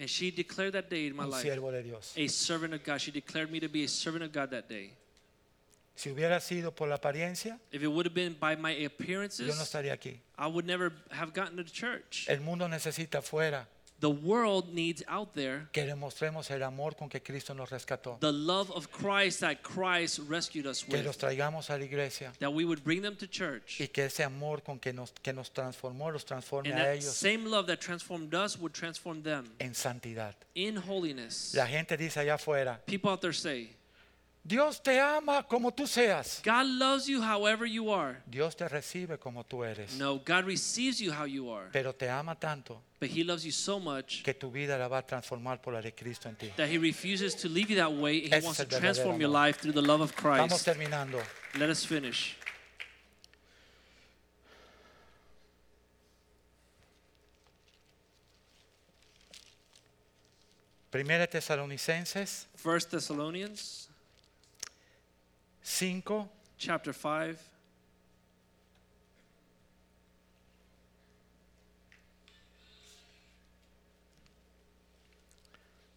[SPEAKER 2] And she declared that day in my
[SPEAKER 3] un
[SPEAKER 2] life
[SPEAKER 3] siervo de Dios.
[SPEAKER 2] a servant of God. She declared me to be a servant of God that day.
[SPEAKER 3] Si hubiera sido por la apariencia,
[SPEAKER 2] If it would have been by my
[SPEAKER 3] yo
[SPEAKER 2] appearances,
[SPEAKER 3] no estaría aquí.
[SPEAKER 2] I would never have gotten to the church.
[SPEAKER 3] El mundo necesita afuera
[SPEAKER 2] The world needs out there
[SPEAKER 3] que le mostremos el amor con que Cristo nos rescató.
[SPEAKER 2] the love of Christ that Christ rescued us
[SPEAKER 3] Que
[SPEAKER 2] with,
[SPEAKER 3] los traigamos a la iglesia.
[SPEAKER 2] that we would bring them to church.
[SPEAKER 3] y que ese amor con que nos, que nos transformó los transforme
[SPEAKER 2] And
[SPEAKER 3] a
[SPEAKER 2] that
[SPEAKER 3] ellos
[SPEAKER 2] same love that transformed us would transform them
[SPEAKER 3] en santidad.
[SPEAKER 2] in holiness.
[SPEAKER 3] La gente dice allá afuera,
[SPEAKER 2] People out there say,
[SPEAKER 3] Dios te ama como tú seas.
[SPEAKER 2] God loves you however you are.
[SPEAKER 3] Dios te recibe como tú eres,
[SPEAKER 2] No, God receives you how you are,
[SPEAKER 3] pero te ama tanto
[SPEAKER 2] but He loves you so much
[SPEAKER 3] que tu vida la va a transformar por la de Cristo en ti.
[SPEAKER 2] that He refuses to leave you that way. and
[SPEAKER 3] Ese
[SPEAKER 2] He wants to
[SPEAKER 3] es el verdadero
[SPEAKER 2] transform your
[SPEAKER 3] amor.
[SPEAKER 2] life through the love of
[SPEAKER 3] Estamos
[SPEAKER 2] Christ.
[SPEAKER 3] terminando.
[SPEAKER 2] Let us finish.
[SPEAKER 3] Primera de Tesalonicenses
[SPEAKER 2] First Thessalonians
[SPEAKER 3] 5,
[SPEAKER 2] chapter 5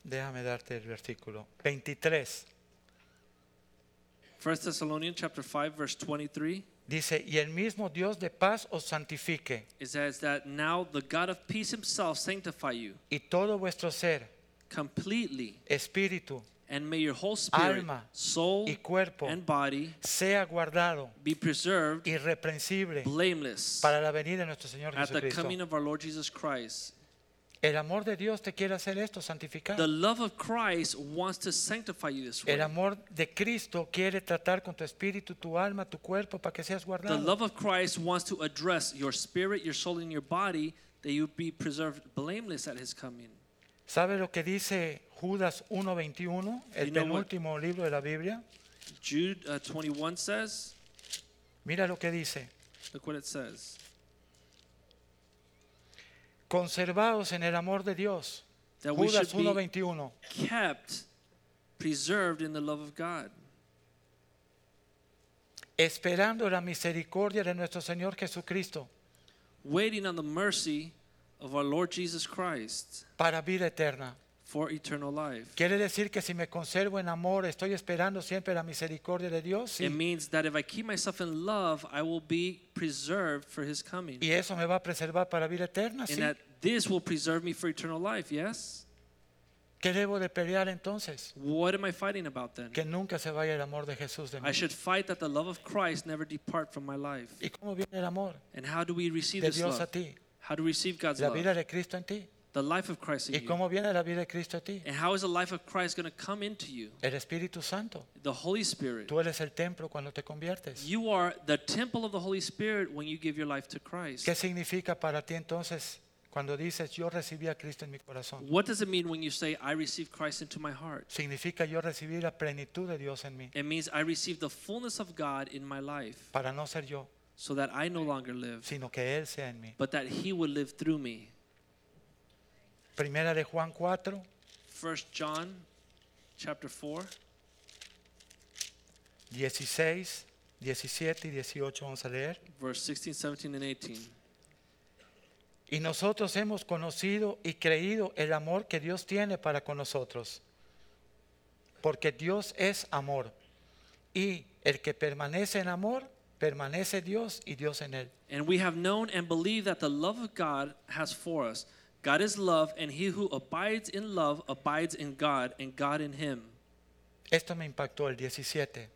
[SPEAKER 3] déjame darte el versículo 23.
[SPEAKER 2] 1 Thessalonians chapter 5 verse 23
[SPEAKER 3] Dice, y el mismo Dios de paz os santifique
[SPEAKER 2] it says that now the God of peace himself sanctify you
[SPEAKER 3] y todo vuestro ser,
[SPEAKER 2] completely
[SPEAKER 3] espíritu,
[SPEAKER 2] and may your whole spirit
[SPEAKER 3] Alma
[SPEAKER 2] soul
[SPEAKER 3] y cuerpo
[SPEAKER 2] and body
[SPEAKER 3] sea guardado
[SPEAKER 2] be preserved
[SPEAKER 3] irreprensible
[SPEAKER 2] blameless
[SPEAKER 3] para la venida de nuestro Señor
[SPEAKER 2] at the
[SPEAKER 3] Jesucristo.
[SPEAKER 2] coming of our Lord Jesus Christ
[SPEAKER 3] El amor de Dios te quiere hacer esto, santificar.
[SPEAKER 2] the love of Christ wants to sanctify you this way
[SPEAKER 3] El amor de Cristo quiere tratar con tu espíritu, tu alma, tu cuerpo para que seas
[SPEAKER 2] the
[SPEAKER 3] guardado.
[SPEAKER 2] love of Christ wants to address your spirit your soul and your body that you be preserved blameless at his coming
[SPEAKER 3] ¿Sabe lo que dice Judas 1:21, el
[SPEAKER 2] You know what-
[SPEAKER 3] penúltimo libro de la Biblia?
[SPEAKER 2] Jude uh, 21 says
[SPEAKER 3] Mira lo que dice.
[SPEAKER 2] look what it says
[SPEAKER 3] Conservados en el amor de Dios.
[SPEAKER 2] That we
[SPEAKER 3] Judas
[SPEAKER 2] should be-
[SPEAKER 3] 1:21.
[SPEAKER 2] kept, preserved in the love of God.
[SPEAKER 3] esperando la misericordia de nuestro Señor Jesucristo
[SPEAKER 2] waiting on the mercy of our Lord Jesus Christ
[SPEAKER 3] para vida eterna.
[SPEAKER 2] for eternal life.
[SPEAKER 3] Quiere decir que si me conservo en amor, estoy esperando siempre la misericordia de Dios
[SPEAKER 2] It
[SPEAKER 3] y,
[SPEAKER 2] means that if I keep myself in love, I will be preserved for his coming.
[SPEAKER 3] y eso me va a preservar para vida eterna. ¿sí?
[SPEAKER 2] And that this will preserve me for eternal life, yes?
[SPEAKER 3] ¿Qué debo de pelear entonces?
[SPEAKER 2] What am I fighting about then?
[SPEAKER 3] Que nunca se vaya el amor de Jesús de mí.
[SPEAKER 2] I should fight that the love of Christ never depart from my life.
[SPEAKER 3] ¿Y cómo viene el amor?
[SPEAKER 2] And how do we receive
[SPEAKER 3] De
[SPEAKER 2] this
[SPEAKER 3] Dios a
[SPEAKER 2] love?
[SPEAKER 3] ti.
[SPEAKER 2] How do we receive God's
[SPEAKER 3] La
[SPEAKER 2] love?
[SPEAKER 3] vida de Cristo en ti.
[SPEAKER 2] The life of Christ in
[SPEAKER 3] ¿Y
[SPEAKER 2] you.
[SPEAKER 3] cómo viene la vida de Cristo en ti?
[SPEAKER 2] And how is the life of Christ going to come into you?
[SPEAKER 3] El Espíritu Santo.
[SPEAKER 2] The Holy Spirit.
[SPEAKER 3] Tú eres el templo cuando te conviertes.
[SPEAKER 2] You are the temple of the Holy Spirit when you give your life to Christ.
[SPEAKER 3] ¿Qué significa para ti entonces cuando dices yo recibí a Cristo en mi corazón?
[SPEAKER 2] What does it mean when you say, I receive Christ into my heart?
[SPEAKER 3] Significa yo recibí la plenitud de Dios en mí
[SPEAKER 2] It means I receive the fullness of God in my life
[SPEAKER 3] para no ser yo,
[SPEAKER 2] so that I no longer live,
[SPEAKER 3] sino que Él sea en mí.
[SPEAKER 2] but that He would live through me.
[SPEAKER 3] Primera de Juan 4,
[SPEAKER 2] First John chapter 4,
[SPEAKER 3] 16, 17 y 18 vamos a leer.
[SPEAKER 2] verse 16, 17, and 18.
[SPEAKER 3] Y nosotros hemos conocido y creído el amor que Dios tiene para con nosotros. Porque Dios es amor. Y el que permanece en amor, permanece Dios y Dios en él.
[SPEAKER 2] And we have known and believed that the love of God has for us. God is love, and he who abides in love abides in God, and God in him.
[SPEAKER 3] Esto me impactó el 17.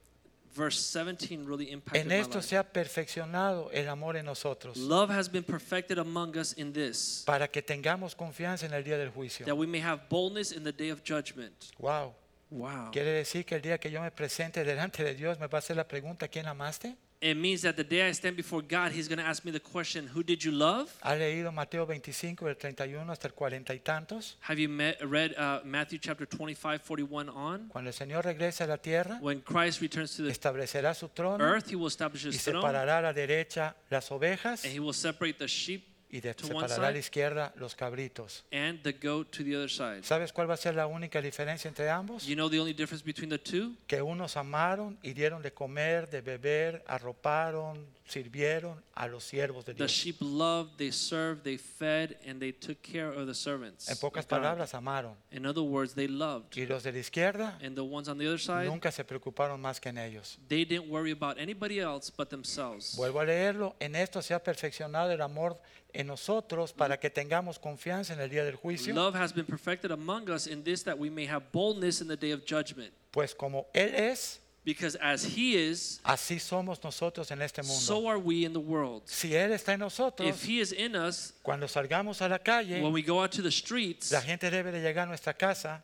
[SPEAKER 2] Verse 17 really impacted
[SPEAKER 3] En
[SPEAKER 2] my
[SPEAKER 3] esto
[SPEAKER 2] life.
[SPEAKER 3] se ha perfeccionado el amor en nosotros
[SPEAKER 2] Love has been perfected among us in this,
[SPEAKER 3] para que tengamos confianza en el día del juicio.
[SPEAKER 2] that we may have boldness in the day of judgment.
[SPEAKER 3] Wow.
[SPEAKER 2] Wow.
[SPEAKER 3] Quiere decir que el día que yo me presente delante de Dios me va a hacer la pregunta, ¿quién amaste?
[SPEAKER 2] It means that the day I stand before God, He's going to ask me the question, Who did you love?
[SPEAKER 3] ¿Ha leído Mateo 25, del 31 hasta el cuarenta y tantos?
[SPEAKER 2] Have you met, read uh, Matthew chapter 25, 41 on?
[SPEAKER 3] Cuando el Señor regrese a la tierra,
[SPEAKER 2] When Christ returns to the
[SPEAKER 3] establecerá su trono
[SPEAKER 2] earth, He will establish
[SPEAKER 3] y
[SPEAKER 2] His throne,
[SPEAKER 3] separará a la derecha las ovejas
[SPEAKER 2] and He will separate the sheep
[SPEAKER 3] y de-
[SPEAKER 2] to one
[SPEAKER 3] separará a la
[SPEAKER 2] side
[SPEAKER 3] izquierda los cabritos.
[SPEAKER 2] and the goat to the other side.
[SPEAKER 3] ¿Sabes cuál va a ser la única diferencia entre ambos?
[SPEAKER 2] You know the only difference between the two?
[SPEAKER 3] que unos amaron y dieron de comer, de beber, arroparon, sirvieron a los siervos de
[SPEAKER 2] The
[SPEAKER 3] Dios.
[SPEAKER 2] sheep loved, they served, they fed, and they took care of the servants.
[SPEAKER 3] En pocas
[SPEAKER 2] of God.
[SPEAKER 3] palabras, amaron.
[SPEAKER 2] In other words, they loved.
[SPEAKER 3] Y los de la izquierda
[SPEAKER 2] And the ones on the other side,
[SPEAKER 3] nunca se preocuparon más que en ellos.
[SPEAKER 2] they didn't worry about anybody else but themselves.
[SPEAKER 3] Vuelvo a leerlo. En esto se ha perfeccionado el amor en nosotros para que tengamos confianza en el día del juicio.
[SPEAKER 2] Mm. Love has been perfected among us in this that we may have boldness in the day of judgment.
[SPEAKER 3] Pues como Él es,
[SPEAKER 2] Because as He is,
[SPEAKER 3] así somos nosotros en este
[SPEAKER 2] so
[SPEAKER 3] mundo.
[SPEAKER 2] are we in the world.
[SPEAKER 3] Si Él está en nosotros,
[SPEAKER 2] If He is in us,
[SPEAKER 3] cuando salgamos a la calle,
[SPEAKER 2] when we go out to the streets,
[SPEAKER 3] la gente debe de llegar a nuestra casa.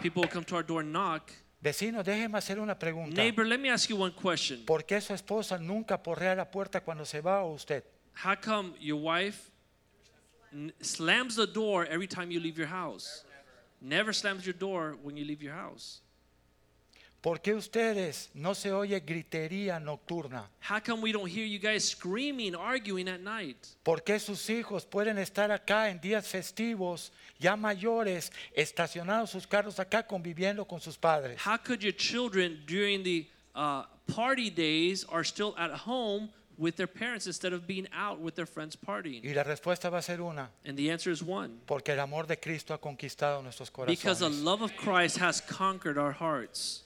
[SPEAKER 2] people will come to our door and knock.
[SPEAKER 3] Vecino, déjeme hacer una pregunta.
[SPEAKER 2] Neighbor, let me ask you one question.
[SPEAKER 3] ¿Por qué su esposa nunca porrea la puerta cuando se va o usted?
[SPEAKER 2] How come your wife n- slams the door every time you leave your house? Never slams your door when you leave your house.
[SPEAKER 3] ¿Por qué ustedes no se oye gritería nocturna?
[SPEAKER 2] How come we don't hear you guys screaming, arguing at night?
[SPEAKER 3] ¿Por qué sus hijos pueden estar acá en días festivos, ya mayores, estacionados sus carros acá conviviendo con sus padres?
[SPEAKER 2] How could your children during the uh, party days are still at home with their parents instead of being out with their friends partying?
[SPEAKER 3] Y la respuesta va a ser una,
[SPEAKER 2] And the answer is one
[SPEAKER 3] porque el amor de Cristo ha conquistado nuestros
[SPEAKER 2] because the
[SPEAKER 3] corazones
[SPEAKER 2] love of Christ has conquered our hearts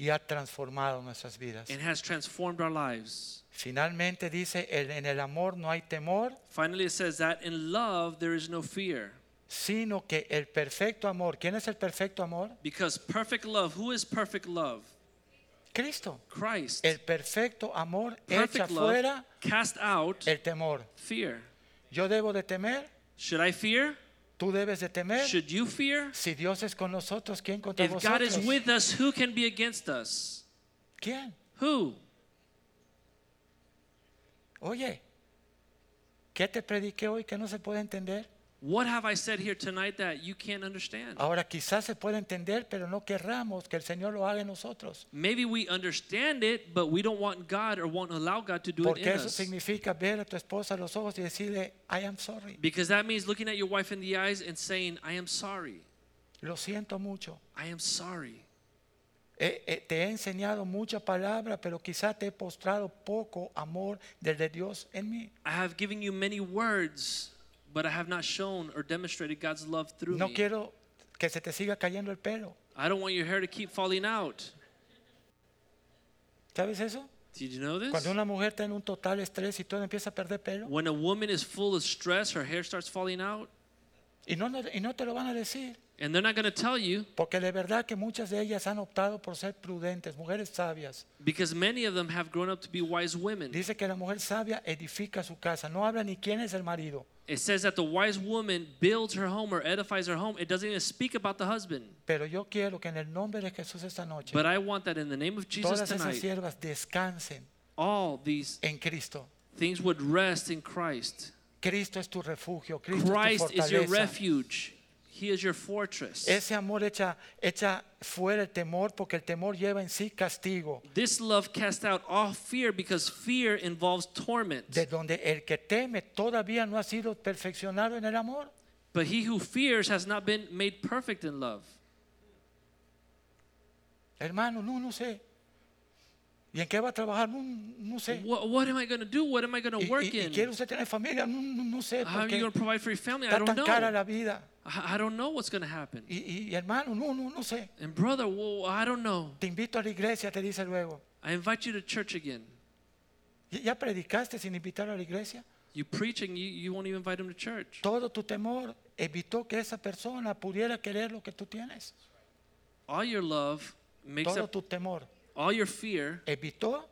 [SPEAKER 3] y ha transformado nuestras vidas.
[SPEAKER 2] and has transformed our lives.
[SPEAKER 3] Finalmente dice, "El- en el amor no hay temor,
[SPEAKER 2] Finally, it says that in love there is no fear
[SPEAKER 3] sino que el perfecto amor, ¿quién es el perfecto amor?
[SPEAKER 2] because perfect love, who is perfect love?
[SPEAKER 3] Cristo.
[SPEAKER 2] Christ.
[SPEAKER 3] El perfecto amor echa
[SPEAKER 2] Perfect love
[SPEAKER 3] fuera
[SPEAKER 2] cast out
[SPEAKER 3] el temor.
[SPEAKER 2] fear.
[SPEAKER 3] Yo debo de temer,
[SPEAKER 2] Should I fear?
[SPEAKER 3] tú debes de temer.
[SPEAKER 2] Should you fear?
[SPEAKER 3] Si Dios es con nosotros, ¿quién contra
[SPEAKER 2] If God
[SPEAKER 3] vosotros?
[SPEAKER 2] is with us, who can be against us?
[SPEAKER 3] ¿Quién?
[SPEAKER 2] Who?
[SPEAKER 3] Oye, ¿qué te prediqué hoy que no se puede entender?
[SPEAKER 2] What have I said here tonight that you can't understand?
[SPEAKER 3] Ahora quizás se puede entender, pero no querramos que el Señor lo haga en nosotros.
[SPEAKER 2] Maybe we understand it, but we don't want God or won't allow God to do it in
[SPEAKER 3] Porque eso
[SPEAKER 2] us.
[SPEAKER 3] significa ver a tu esposa a los ojos y decirle, I am sorry,
[SPEAKER 2] Because that means looking at your wife in the eyes and saying, I am sorry.
[SPEAKER 3] lo siento mucho,
[SPEAKER 2] I am sorry.
[SPEAKER 3] Eh, eh, te he enseñado mucha palabra, pero quizá te he postrado poco amor desde Dios en mí.
[SPEAKER 2] I have given you many words, but I have not shown or demonstrated God's love through
[SPEAKER 3] No
[SPEAKER 2] me.
[SPEAKER 3] quiero que se te siga cayendo el pelo.
[SPEAKER 2] I don't want your hair to keep falling out.
[SPEAKER 3] ¿Sabes eso?
[SPEAKER 2] Did you know this?
[SPEAKER 3] Cuando una mujer está en un total estrés y todo empieza a perder pelo.
[SPEAKER 2] When a woman is full of stress, her hair starts falling out,
[SPEAKER 3] Y no, y no te lo van a decir.
[SPEAKER 2] and they're not going to tell you
[SPEAKER 3] Porque de verdad que muchas de ellas han optado por ser prudentes, mujeres sabias.
[SPEAKER 2] because many of them have grown up to be wise women.
[SPEAKER 3] Dice que la mujer sabia edifica su casa. No habla ni quién es el marido.
[SPEAKER 2] It says that the wise woman builds her home or edifies her home. It doesn't even speak about the husband.
[SPEAKER 3] Pero yo quiero que en el nombre de Jesús esta noche
[SPEAKER 2] But I want that in the name of Jesus
[SPEAKER 3] todas esas
[SPEAKER 2] tonight,
[SPEAKER 3] siervas descansen
[SPEAKER 2] all these
[SPEAKER 3] en Cristo.
[SPEAKER 2] things would rest in Christ.
[SPEAKER 3] Cristo es tu refugio, Cristo es tu
[SPEAKER 2] Christ is your
[SPEAKER 3] fortaleza.
[SPEAKER 2] refuge. He is your fortress.
[SPEAKER 3] Ese amor echa, echa fuera el temor porque el temor lleva en sí castigo.
[SPEAKER 2] This love casts out all fear because fear involves torment.
[SPEAKER 3] De donde el que teme todavía no ha sido perfeccionado en el amor.
[SPEAKER 2] But he who fears has not been made perfect in love.
[SPEAKER 3] Hermano, no, no sé. ¿Y en qué va a trabajar? No, no sé.
[SPEAKER 2] What, what am I going to do? What am I going
[SPEAKER 3] Eh. ¿Y,
[SPEAKER 2] to work
[SPEAKER 3] y- y
[SPEAKER 2] in?
[SPEAKER 3] quiere usted tener familia? No, no, no sé.
[SPEAKER 2] How are
[SPEAKER 3] porque
[SPEAKER 2] you going to provide for your family? I
[SPEAKER 3] está
[SPEAKER 2] don't
[SPEAKER 3] tan
[SPEAKER 2] know.
[SPEAKER 3] cara
[SPEAKER 2] I,
[SPEAKER 3] la vida.
[SPEAKER 2] I don't know what's going to happen.
[SPEAKER 3] Y, y- y hermano, no, no, no sé.
[SPEAKER 2] And brother, well, I don't know.
[SPEAKER 3] Te invito a la iglesia, te dice luego.
[SPEAKER 2] I invite you to church again.
[SPEAKER 3] ¿Y- ¿Ya predicaste sin invitar a la iglesia?
[SPEAKER 2] You preach and you, you won't even invite him to church.
[SPEAKER 3] Todo tu temor evitó que esa persona pudiera querer lo que tú tienes.
[SPEAKER 2] All your love makes
[SPEAKER 3] Todo
[SPEAKER 2] up,
[SPEAKER 3] tu temor
[SPEAKER 2] all your fear
[SPEAKER 3] evitó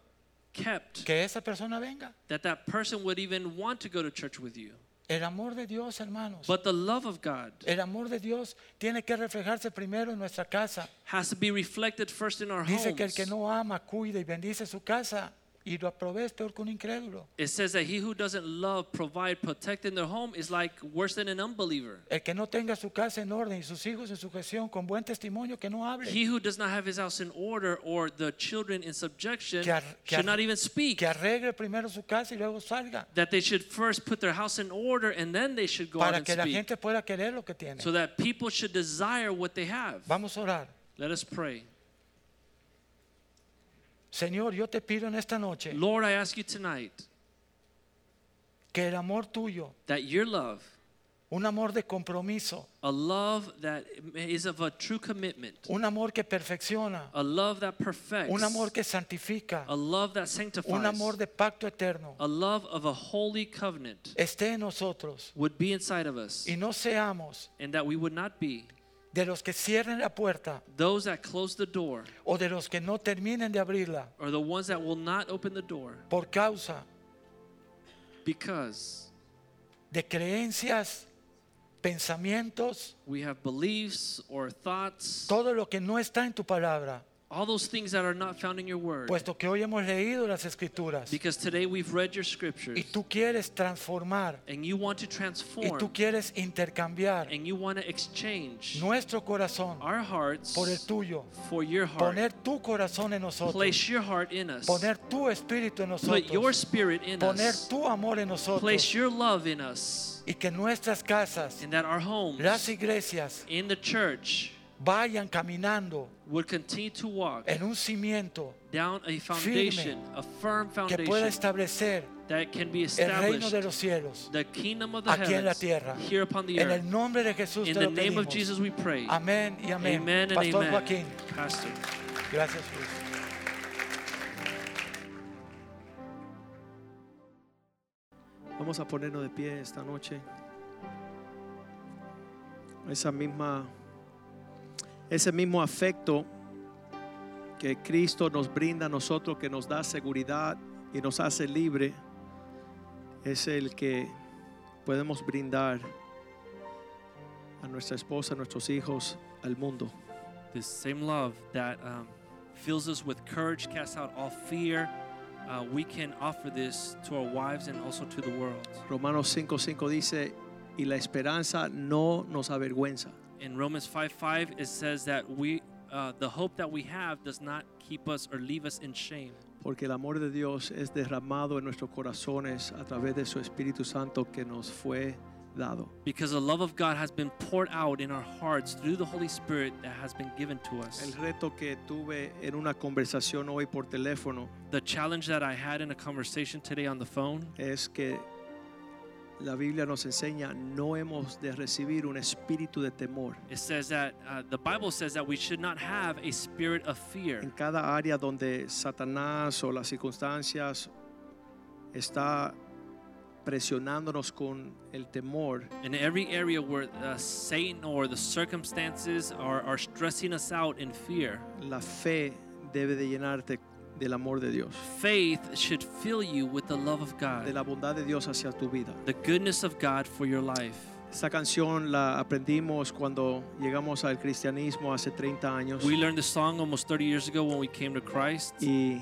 [SPEAKER 2] kept
[SPEAKER 3] que esa persona venga.
[SPEAKER 2] that that person would even want to go to church with you.
[SPEAKER 3] El amor de Dios, hermanos.
[SPEAKER 2] But the love of God
[SPEAKER 3] El amor de Dios tiene que reflejarse primero en nuestra casa.
[SPEAKER 2] has to be reflected first in our
[SPEAKER 3] Dice que el que
[SPEAKER 2] homes.
[SPEAKER 3] no ama, cuida y bendice su casa y lo aprobé es peor que un incrédulo.
[SPEAKER 2] It says that he who doesn't love, provide, protect in their home is like worse than an unbeliever.
[SPEAKER 3] El que no tenga su casa en orden y sus hijos en sujeción con buen testimonio, que no hable.
[SPEAKER 2] He who does not have his house in order or the children in subjection
[SPEAKER 3] Que ar- que ar-
[SPEAKER 2] should not even speak.
[SPEAKER 3] Que arregle primero su casa y luego salga.
[SPEAKER 2] That they should first put their house in order and then they should go out
[SPEAKER 3] Para
[SPEAKER 2] and
[SPEAKER 3] que la
[SPEAKER 2] speak.
[SPEAKER 3] gente pueda querer lo que tiene.
[SPEAKER 2] So that people should desire what they have.
[SPEAKER 3] Vamos a orar.
[SPEAKER 2] Let us pray.
[SPEAKER 3] Señor, yo te pido en esta noche
[SPEAKER 2] Lord, I ask you tonight
[SPEAKER 3] que el amor tuyo,
[SPEAKER 2] that your love,
[SPEAKER 3] un amor de compromiso,
[SPEAKER 2] a love that is of a true commitment,
[SPEAKER 3] un amor que perfecciona,
[SPEAKER 2] a love that perfects,
[SPEAKER 3] un amor que santifica,
[SPEAKER 2] a love that sanctifies,
[SPEAKER 3] un amor de pacto eterno,
[SPEAKER 2] a love of a holy covenant
[SPEAKER 3] esté en nosotros
[SPEAKER 2] would be inside of us,
[SPEAKER 3] y no seamos
[SPEAKER 2] and that we would not be
[SPEAKER 3] de los que cierren la puerta
[SPEAKER 2] those that close the door
[SPEAKER 3] o de los que no terminen de abrirla
[SPEAKER 2] or the ones that will not open the door
[SPEAKER 3] por causa
[SPEAKER 2] because
[SPEAKER 3] de creencias, pensamientos,
[SPEAKER 2] we have beliefs or thoughts,
[SPEAKER 3] todo lo que no está en tu palabra,
[SPEAKER 2] all those things that are not found in your word.
[SPEAKER 3] puesto que hoy hemos leído las escrituras
[SPEAKER 2] Because today we've read your
[SPEAKER 3] y
[SPEAKER 2] scriptures
[SPEAKER 3] tú quieres transformar
[SPEAKER 2] and you want to
[SPEAKER 3] y
[SPEAKER 2] transform
[SPEAKER 3] tú quieres intercambiar
[SPEAKER 2] and you want to exchange
[SPEAKER 3] nuestro corazón
[SPEAKER 2] our hearts
[SPEAKER 3] por el tuyo,
[SPEAKER 2] for your heart.
[SPEAKER 3] poner tu corazón en nosotros,
[SPEAKER 2] Place your heart in us.
[SPEAKER 3] poner tu espíritu en
[SPEAKER 2] Put your
[SPEAKER 3] nosotros,
[SPEAKER 2] spirit in
[SPEAKER 3] poner
[SPEAKER 2] us.
[SPEAKER 3] tu amor en
[SPEAKER 2] Place
[SPEAKER 3] nosotros
[SPEAKER 2] your love in us.
[SPEAKER 3] y que nuestras casas,
[SPEAKER 2] And that our homes
[SPEAKER 3] las iglesias,
[SPEAKER 2] in the church
[SPEAKER 3] vayan caminando
[SPEAKER 2] would continue to walk
[SPEAKER 3] en un cimiento
[SPEAKER 2] down a foundation, a firm
[SPEAKER 3] que
[SPEAKER 2] foundation
[SPEAKER 3] pueda establecer
[SPEAKER 2] that can be
[SPEAKER 3] el reino
[SPEAKER 2] established.
[SPEAKER 3] de los cielos
[SPEAKER 2] The kingdom of the
[SPEAKER 3] aquí en la
[SPEAKER 2] heavens
[SPEAKER 3] tierra.
[SPEAKER 2] here upon the
[SPEAKER 3] En el
[SPEAKER 2] earth.
[SPEAKER 3] nombre de Jesús
[SPEAKER 2] In
[SPEAKER 3] te
[SPEAKER 2] the
[SPEAKER 3] lo
[SPEAKER 2] name of
[SPEAKER 3] pedimos.
[SPEAKER 2] Jesus we pray.
[SPEAKER 3] Amén y amén.
[SPEAKER 2] Amen and
[SPEAKER 3] Pastor Joaquín,
[SPEAKER 2] amen. Pastor.
[SPEAKER 3] gracias Jesús.
[SPEAKER 1] Vamos a ponernos de pie esta noche. Esa misma, ese mismo afecto que Cristo nos brinda a nosotros, que nos da seguridad y nos hace libre, es el que podemos brindar a nuestra esposa, a nuestros hijos, al mundo.
[SPEAKER 2] This same love that um, fills us with courage, casts out all fear, uh, we can offer this to our wives and also to the world.
[SPEAKER 1] Romanos 5:5 dice, y la esperanza no nos avergüenza,
[SPEAKER 2] In Romans 5 5, it says that we, uh, the hope that we have does not keep us or leave us in shame.
[SPEAKER 1] porque el amor de Dios es derramado en nuestros corazones a través de su Espíritu Santo que nos fue dado.
[SPEAKER 2] Because the love of God has been poured out in our hearts through the Holy Spirit that has been given to
[SPEAKER 1] El
[SPEAKER 2] us.
[SPEAKER 1] reto que tuve en una conversación hoy por teléfono
[SPEAKER 2] The challenge that I had in a conversation today on the phone
[SPEAKER 1] es que la Biblia nos enseña no hemos de recibir un espíritu de temor.
[SPEAKER 2] It says that uh, the Bible says that we should not have a spirit of
[SPEAKER 1] En
[SPEAKER 2] fear.
[SPEAKER 1] cada área donde Satanás o las circunstancias está presionándonos con el temor,
[SPEAKER 2] In every area where uh, Satan or the circumstances are, are stressing us out in fear,
[SPEAKER 1] la fe debe de llenarte del amor de Dios,
[SPEAKER 2] faith should fill you with the love of
[SPEAKER 1] de
[SPEAKER 2] God,
[SPEAKER 1] la bondad de Dios hacia tu vida.
[SPEAKER 2] the goodness of God for your life.
[SPEAKER 1] Esta canción la aprendimos cuando llegamos al cristianismo hace 30 años
[SPEAKER 2] We learned this song almost 30 years ago when we came to Christ.
[SPEAKER 1] y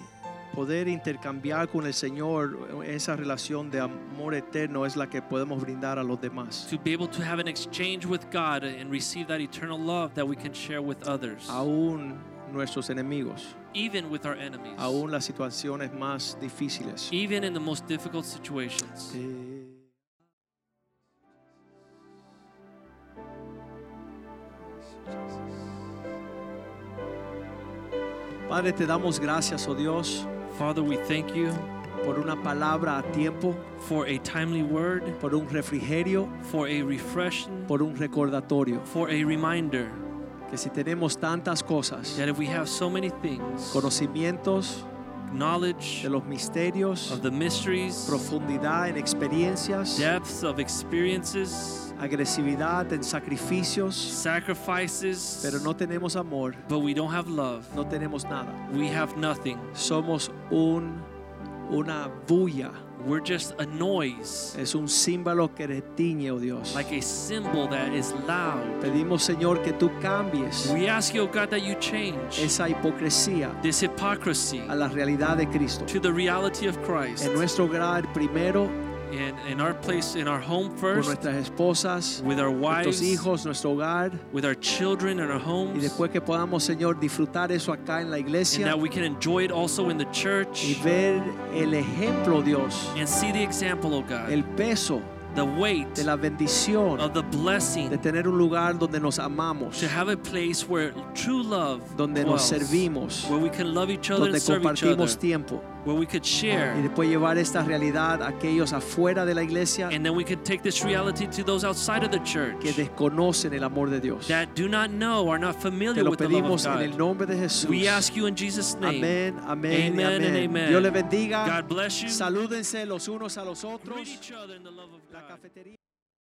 [SPEAKER 1] poder intercambiar con el Señor esa relación de amor eterno es la que podemos brindar a los demás.
[SPEAKER 2] To be able to have an exchange with God and receive that eternal love that we can share with others,
[SPEAKER 1] Aún nuestros enemigos,
[SPEAKER 2] even with our enemies,
[SPEAKER 1] aún las situaciones más difíciles.
[SPEAKER 2] even in the most difficult situations.
[SPEAKER 1] Eh, Padre, te damos gracias, oh Dios,
[SPEAKER 2] Father, we thank you
[SPEAKER 1] por una palabra a tiempo,
[SPEAKER 2] for a timely word,
[SPEAKER 1] por un refrigerio,
[SPEAKER 2] for a refreshing,
[SPEAKER 1] por un recordatorio.
[SPEAKER 2] for a reminder
[SPEAKER 1] Que si tenemos tantas cosas,
[SPEAKER 2] that if we have so many things
[SPEAKER 1] conocimientos
[SPEAKER 2] knowledge
[SPEAKER 1] de los misterios,
[SPEAKER 2] of the mysteries,
[SPEAKER 1] profundidad en experiencias,
[SPEAKER 2] depths of experiences,
[SPEAKER 1] agresividad en sacrificios,
[SPEAKER 2] sacrifices,
[SPEAKER 1] pero no tenemos amor,
[SPEAKER 2] but we don't have love.
[SPEAKER 1] no tenemos nada.
[SPEAKER 2] We have nothing.
[SPEAKER 1] somos un, una bulla,
[SPEAKER 2] We're just a noise,
[SPEAKER 1] es un símbolo que retiñe, oh Dios.
[SPEAKER 2] like a symbol that is loud.
[SPEAKER 1] Pedimos, Señor, que tú cambies
[SPEAKER 2] We ask you, oh God, that you change
[SPEAKER 1] esa hipocresía
[SPEAKER 2] this hypocrisy
[SPEAKER 1] a la realidad de Cristo.
[SPEAKER 2] to the reality of Christ
[SPEAKER 1] En nuestro hogar primero,
[SPEAKER 2] in, in our place, in our home
[SPEAKER 1] con
[SPEAKER 2] first,
[SPEAKER 1] nuestras esposas,
[SPEAKER 2] with our
[SPEAKER 1] nuestros
[SPEAKER 2] wives,
[SPEAKER 1] hijos, nuestro hogar,
[SPEAKER 2] with our children and our
[SPEAKER 1] y
[SPEAKER 2] homes,
[SPEAKER 1] después que podamos, Señor, disfrutar eso acá en la
[SPEAKER 2] and
[SPEAKER 1] iglesia
[SPEAKER 2] that we can enjoy it also in the
[SPEAKER 1] y
[SPEAKER 2] church
[SPEAKER 1] ver el ejemplo, oh Dios,
[SPEAKER 2] and see the example, oh God,
[SPEAKER 1] el peso
[SPEAKER 2] the weight
[SPEAKER 1] de la bendición
[SPEAKER 2] of the blessing
[SPEAKER 1] de tener un lugar donde nos amamos,
[SPEAKER 2] to have a place where true love
[SPEAKER 1] donde nos
[SPEAKER 2] dwells,
[SPEAKER 1] servimos,
[SPEAKER 2] where we can love each other and
[SPEAKER 1] donde
[SPEAKER 2] serve each other,
[SPEAKER 1] compartimos tiempo.
[SPEAKER 2] where we could share,
[SPEAKER 1] y después llevar esta realidad a aquellos afuera de la iglesia
[SPEAKER 2] and then we could take this reality to those outside of the church
[SPEAKER 1] que desconocen el amor de Dios. Te
[SPEAKER 2] that do not know, are not familiar
[SPEAKER 1] lo
[SPEAKER 2] with the love of
[SPEAKER 1] pedimos en el
[SPEAKER 2] God.
[SPEAKER 1] nombre de Jesús.
[SPEAKER 2] We ask you in Jesus' name.
[SPEAKER 1] Amén, amén, y
[SPEAKER 2] Amen and
[SPEAKER 1] amén.
[SPEAKER 2] amen.
[SPEAKER 1] Dios les bendiga.
[SPEAKER 2] God bless you.
[SPEAKER 1] Salúdense los unos a los
[SPEAKER 2] Greet
[SPEAKER 1] otros.
[SPEAKER 2] each other in the love of
[SPEAKER 1] La
[SPEAKER 2] God.
[SPEAKER 1] cafetería.